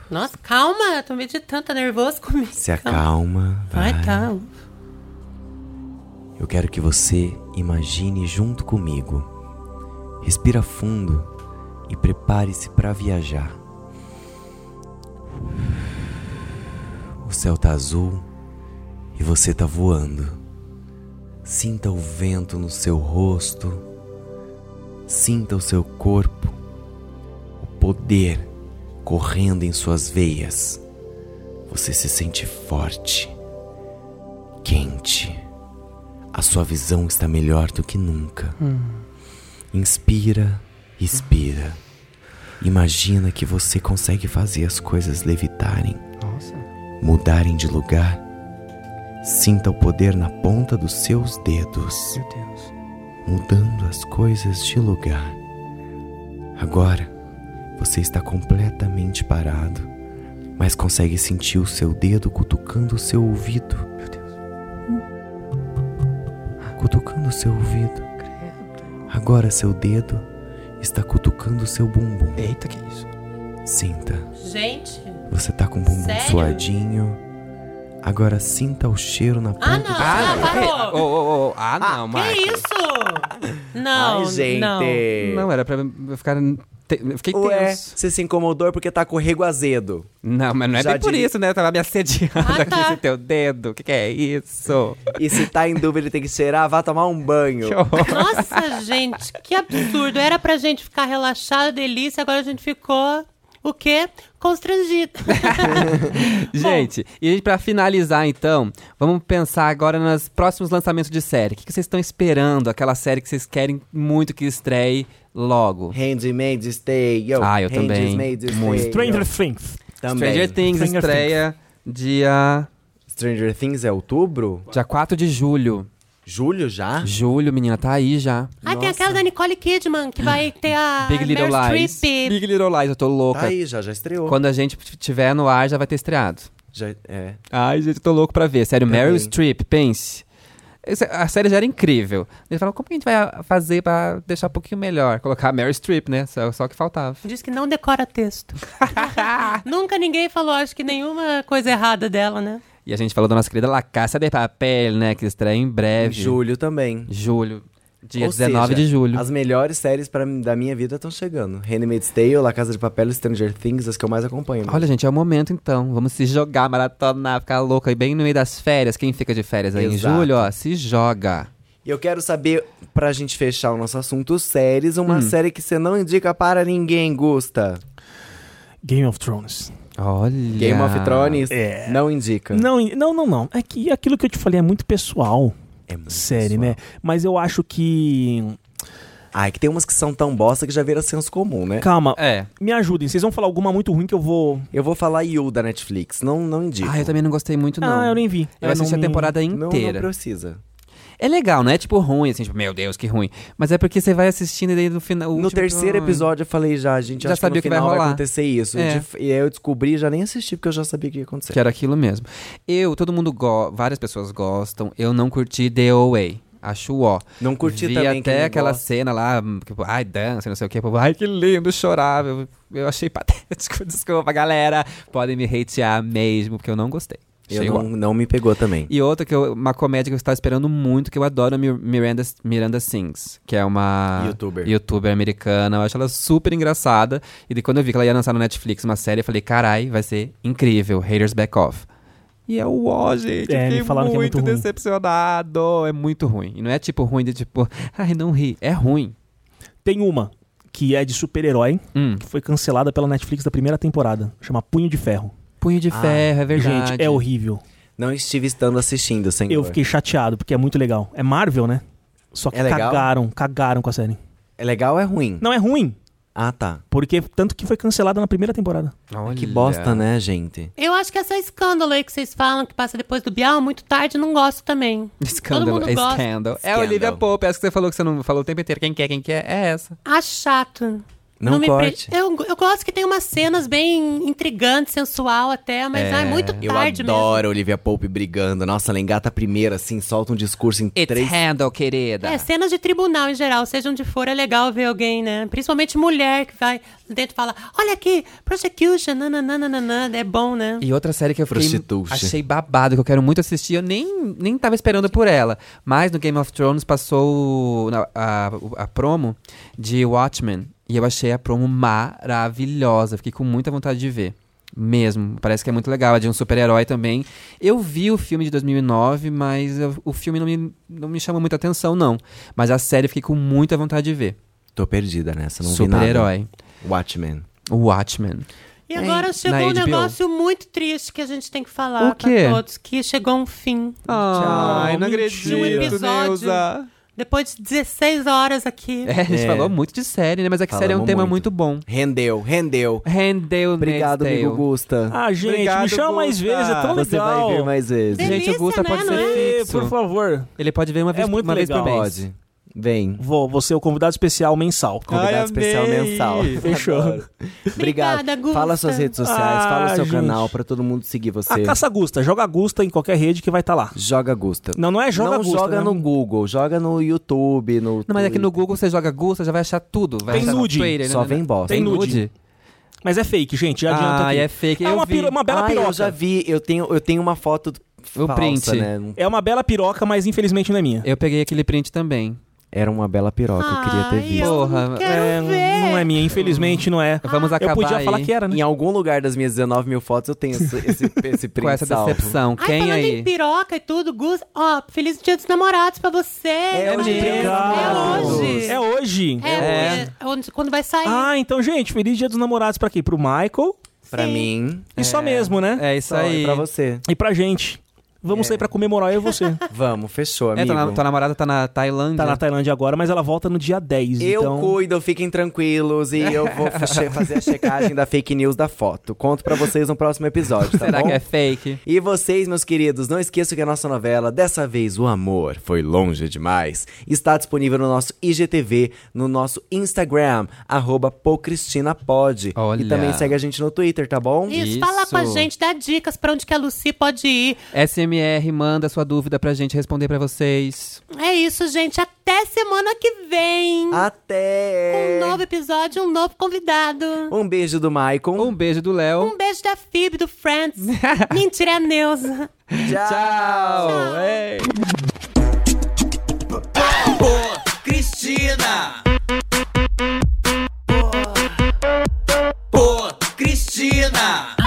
Nossa, calma, eu tô meditando, tá nervoso comigo.
se acalma.
Vai, tá.
Eu quero que você imagine junto comigo. Respira fundo e prepare-se para viajar. O céu tá azul e você tá voando. Sinta o vento no seu rosto. Sinta o seu corpo. O poder correndo em suas veias. Você se sente forte. Quente. A sua visão está melhor do que nunca. Inspira, expira. Imagina que você consegue fazer as coisas levitarem,
Nossa.
mudarem de lugar. Sinta o poder na ponta dos seus dedos.
Meu Deus.
Mudando as coisas de lugar. Agora, você está completamente parado, mas consegue sentir o seu dedo cutucando o seu ouvido. Meu Deus. Cutucando o seu ouvido. Agora seu dedo está cutucando o seu bumbum.
Eita, que isso?
Sinta.
Gente.
Você tá com o bumbum
Sério?
suadinho. Agora sinta o cheiro na ponta do
Ah,
seu
parou.
Ô, ô, ô, ah, não, Marcos.
Que isso? Não,
Ai, gente.
não.
Não, era pra eu ficar. te- eu fiquei
Ué,
tenso.
você se incomodou porque tá com o rego azedo.
Não, mas não é
Já
bem por
diria-
isso, né? Eu tava me assediando
Ah,
aqui
tá.
esse teu dedo. O que, que é isso?
E se tá em dúvida e tem que cheirar, vá tomar um banho.
Que horror.
Nossa, gente, que absurdo. Era pra gente ficar relaxada, delícia, agora a gente ficou o quê? Constrangido.
Gente, e pra finalizar então, vamos pensar agora nos próximos lançamentos de série. O que, que vocês estão esperando? Aquela série que vocês querem muito que estreie logo.
Handmaid's Stay.
Ah, eu também. Muito.
Stranger Things.
Também.
Stranger Things
Stranger
estreia dia,
Stranger Things é outubro?
dia 4 de julho.
Julho já?
Julho, menina, tá aí já.
Ah, tem aquela da Nicole Kidman, que vai ter a
Big Little
Meryl
Lies.
Streep.
Big Little Lies, eu tô louca.
Tá aí, já, já estreou.
Quando a gente t- tiver no ar, já vai ter estreado. Uhum.
Já, é.
Ai, gente, eu tô louco pra ver. Sério,
Também.
Meryl Streep, pense. Essa- a série já era incrível. Eles falaram, como que a gente vai fazer pra deixar um pouquinho melhor? Colocar a Meryl Streep, né? Só, só o que faltava.
Diz que não decora texto. Nunca ninguém falou, acho que nenhuma coisa errada dela, né?
E a gente falou da nossa querida La Caça de Papel, né? Que estreia em breve.
Julho também.
Julho. Dia
Ou
19
seja,
de julho.
As melhores séries pra, mim- da minha vida estão chegando. Handmaid's Tale, La Casa de Papel, Stranger Things, as que eu mais acompanho.
Olha, gente, é o momento então. Vamos se jogar, maratonar, ficar louco aí bem no meio das férias. Quem fica de férias aí
Exato.
em julho, ó, se joga.
E eu quero saber, pra gente fechar o nosso assunto séries, uma
Hum.
série que você não indica para ninguém, Gusta.
Game of Thrones.
Olha.
Game
Ah.
of Thrones não indica.
Não, não, não, não. É que aquilo que eu te falei é muito pessoal. É muito Série, né? Mas eu acho que.
Ai, que tem umas que são tão bosta que já viram senso comum, né?
Calma.
É.
Me ajudem. Vocês vão falar alguma muito ruim que eu vou.
Eu vou falar You da Netflix. Não, não indico.
Ah, eu também não gostei muito, não.
Ah, eu nem vi.
Eu
É,
assisti
não
a
me-
temporada
Não- não
inteira.
precisa.
É legal, não é tipo ruim, assim, tipo, meu Deus, que ruim. Mas é porque você vai assistindo e daí no final.
No terceiro episódio eu falei já, a gente
Já
acho
sabia
que
que
no
vai
final
rolar.
acontecer isso.
É.
De- E aí eu descobri e já nem assisti, porque eu já sabia que ia acontecer.
Que era aquilo mesmo. Eu, todo mundo gosta, várias pessoas gostam. Eu não curti The Away. Acho ó.
Não curti
Vi
também, quem
até
não
aquela
gosta.
cena lá, tipo, ai, dança, não sei o quê. Povo, ai, que lindo, chorava. Eu, eu achei patético. Desculpa, galera. Podem me hatear mesmo, porque eu não gostei.
Eu
Achei ó.
não, não me pegou também.
E outra que eu, uma comédia que eu estava esperando muito, que eu adoro, é Mi- Miranda, Miranda Sings, que é uma
Youtuber.
youtuber americana. Eu acho ela super engraçada. E de quando eu vi que ela ia lançar no Netflix uma série, eu falei, carai, vai ser incrível. Haters Back Off. E é o ó, gente.
É,
eu
me
fiquei
falaram que é
muito,
muito ruim.
decepcionado. É muito ruim. E não é tipo ruim de tipo, ai, não ri. É ruim.
Tem uma que é de super-herói,
Hum.
que foi cancelada pela Netflix da primeira temporada. Chama Punho de Ferro.
Punho
Ah,
de ferro, é verdade.
Gente, é horrível.
Não estive estando assistindo, sem
Eu fiquei chateado, porque é muito legal. É Marvel, né? Só que
É legal?
cagaram, cagaram com a série.
É legal ou é ruim?
Não é ruim,
Ah, tá.
porque tanto que foi cancelada na primeira temporada.
Que bosta, né, gente?
Eu acho que essa escândalo aí que vocês falam, que passa depois do Bial, muito tarde, eu não gosto também. Todo
Escândalo,
mundo
é
gosta.
escândalo. É a Olivia Pope, essa que você falou que você não falou o tempo inteiro. Quem quer, quem quer, é essa.
Acho chato.
Não
me
corte.
eu, eu gosto que tem umas cenas bem intrigantes, sensual até, mas é, muito
Eu
tarde mesmo.
adoro a Olivia Pope brigando. Nossa, ela engata a primeira, assim, solta um discurso em
It's
três...
handle, querida.
É, cenas de tribunal em geral, seja onde for, é legal ver alguém, né? Principalmente mulher que vai dentro e fala: Olha aqui, prosecution, nananana, é bom, né?
E outra série que eu fiquei,
Prostitution.
achei babado, que eu quero muito assistir, eu nem, nem tava esperando por ela. Mas no Game of Thrones passou o- na- a, a promo de Watchmen. E eu achei a promo maravilhosa. Fiquei com muita vontade de ver. Mesmo. Parece que é muito legal. É de um super-herói também. Eu vi o filme de 2009, mas eu- o filme não me, não me chama muita atenção, não. Mas a série eu fiquei com muita vontade de ver.
Tô perdida nessa, não vi nada.
Super-herói.
Watchmen.
Watchmen.
E agora
Ei,
chegou
na
um
HBO.
negócio muito triste que a gente tem que falar
O quê?
pra todos, que chegou um fim.
Ai, não
de um
acredito,
episódio.
Neuza.
Depois de 16 horas aqui.
É, a gente
É.
falou muito de série, né? Mas é que série é um
Falamos
tema
muito.
muito bom.
Rendeu, rendeu.
Rendeu,
Obrigado,
Nextel.
amigo Gusta.
Ah, gente,
Obrigado,
me chama mais
Gusta.
vezes, é tão
Você
legal.
vai vir mais vezes.
Gente, o Gusta
né,
pode ser
É,
fixo.
Por favor.
Ele pode vir uma vez,
É muito
uma vez por
legal.
mês.
Pode. Vem.
Vou, vou ser o convidado especial mensal.
Convidado
Ai,
especial
amei.
mensal.
Fechou.
Obrigado.
Obrigada, Gusta.
Fala suas redes sociais,
Ah,
fala o seu
gente.
canal pra todo mundo seguir você.
A caça Gusta. Joga Gusta em qualquer rede que vai estar lá.
Joga Gusta.
Não, não é joga
Não
Gusta.
joga
né?
no Google, joga no YouTube, no
Não, mas é que no Google você joga Gusta, já vai achar tudo. Vai
Tem
achar
nude.
trailer,
Só vem bosta.
Tem
Tem
nude.
nude. Mas é fake, gente. Já adianta
Ah,
aqui.
é fake.
É
eu
uma,
vi.
piro- uma bela
ah,
piroca.
eu já vi, eu tenho, eu tenho uma foto
O
falsa,
print.
né?
É uma bela piroca, mas infelizmente não é minha.
Eu peguei aquele print também.
Era uma bela piroca, eu queria ter
Ai,
visto.
eu
Porra,
não quero
É,
ver.
não é minha, infelizmente não é.
Vamos acabar
Eu podia
aí
falar que era, né?
Em algum lugar das minhas 19 mil fotos eu tenho esse, esse, esse print
com essa
salvo.
decepção.
Ai,
Quem
falando
aí?
em piroca e tudo, Gus, ó, feliz dia dos namorados pra você. É
hoje,
É
obrigado.
hoje.
É
É,
hoje.
hoje. É onde- Quando vai sair.
Ah, então, gente, feliz dia dos namorados pra quem? Pro Michael.
Pra
Sim.
mim,
E só mesmo, né?
É isso
só é
aí.
pra você.
E pra gente. Vamos sair pra comemorar eu e você.
Vamos, fechou,
É,
amigo.
tua, na- tua namorada tá na Tailândia.
tá na Tailândia agora, mas ela volta no dia 10.
Eu
então...
cuido, fiquem tranquilos e eu vou fe- fazer a checagem da fake news da foto. Conto pra vocês no próximo episódio, tá
Será
bom?
que é fake?
E vocês, meus queridos, não esqueçam que a nossa novela, dessa vez O Amor Foi Longe Demais, está disponível no nosso IGTV, no nosso Instagram, arroba Pocristinapod.
Olha.
E também segue a gente no Twitter, tá bom?
Isso, fala com a
Isso.
gente, dá dicas pra onde que a Lucy pode ir.
SMR, manda sua dúvida pra gente responder pra vocês.
É isso, gente. Até semana que vem.
Até!
Um novo episódio, um novo convidado.
Um beijo do Maicon.
Um beijo do Léo.
Um beijo da Phoebe, do Friends. Mentira, é a Neuza.
Tchau.
Ei.
Cristina! Cristina!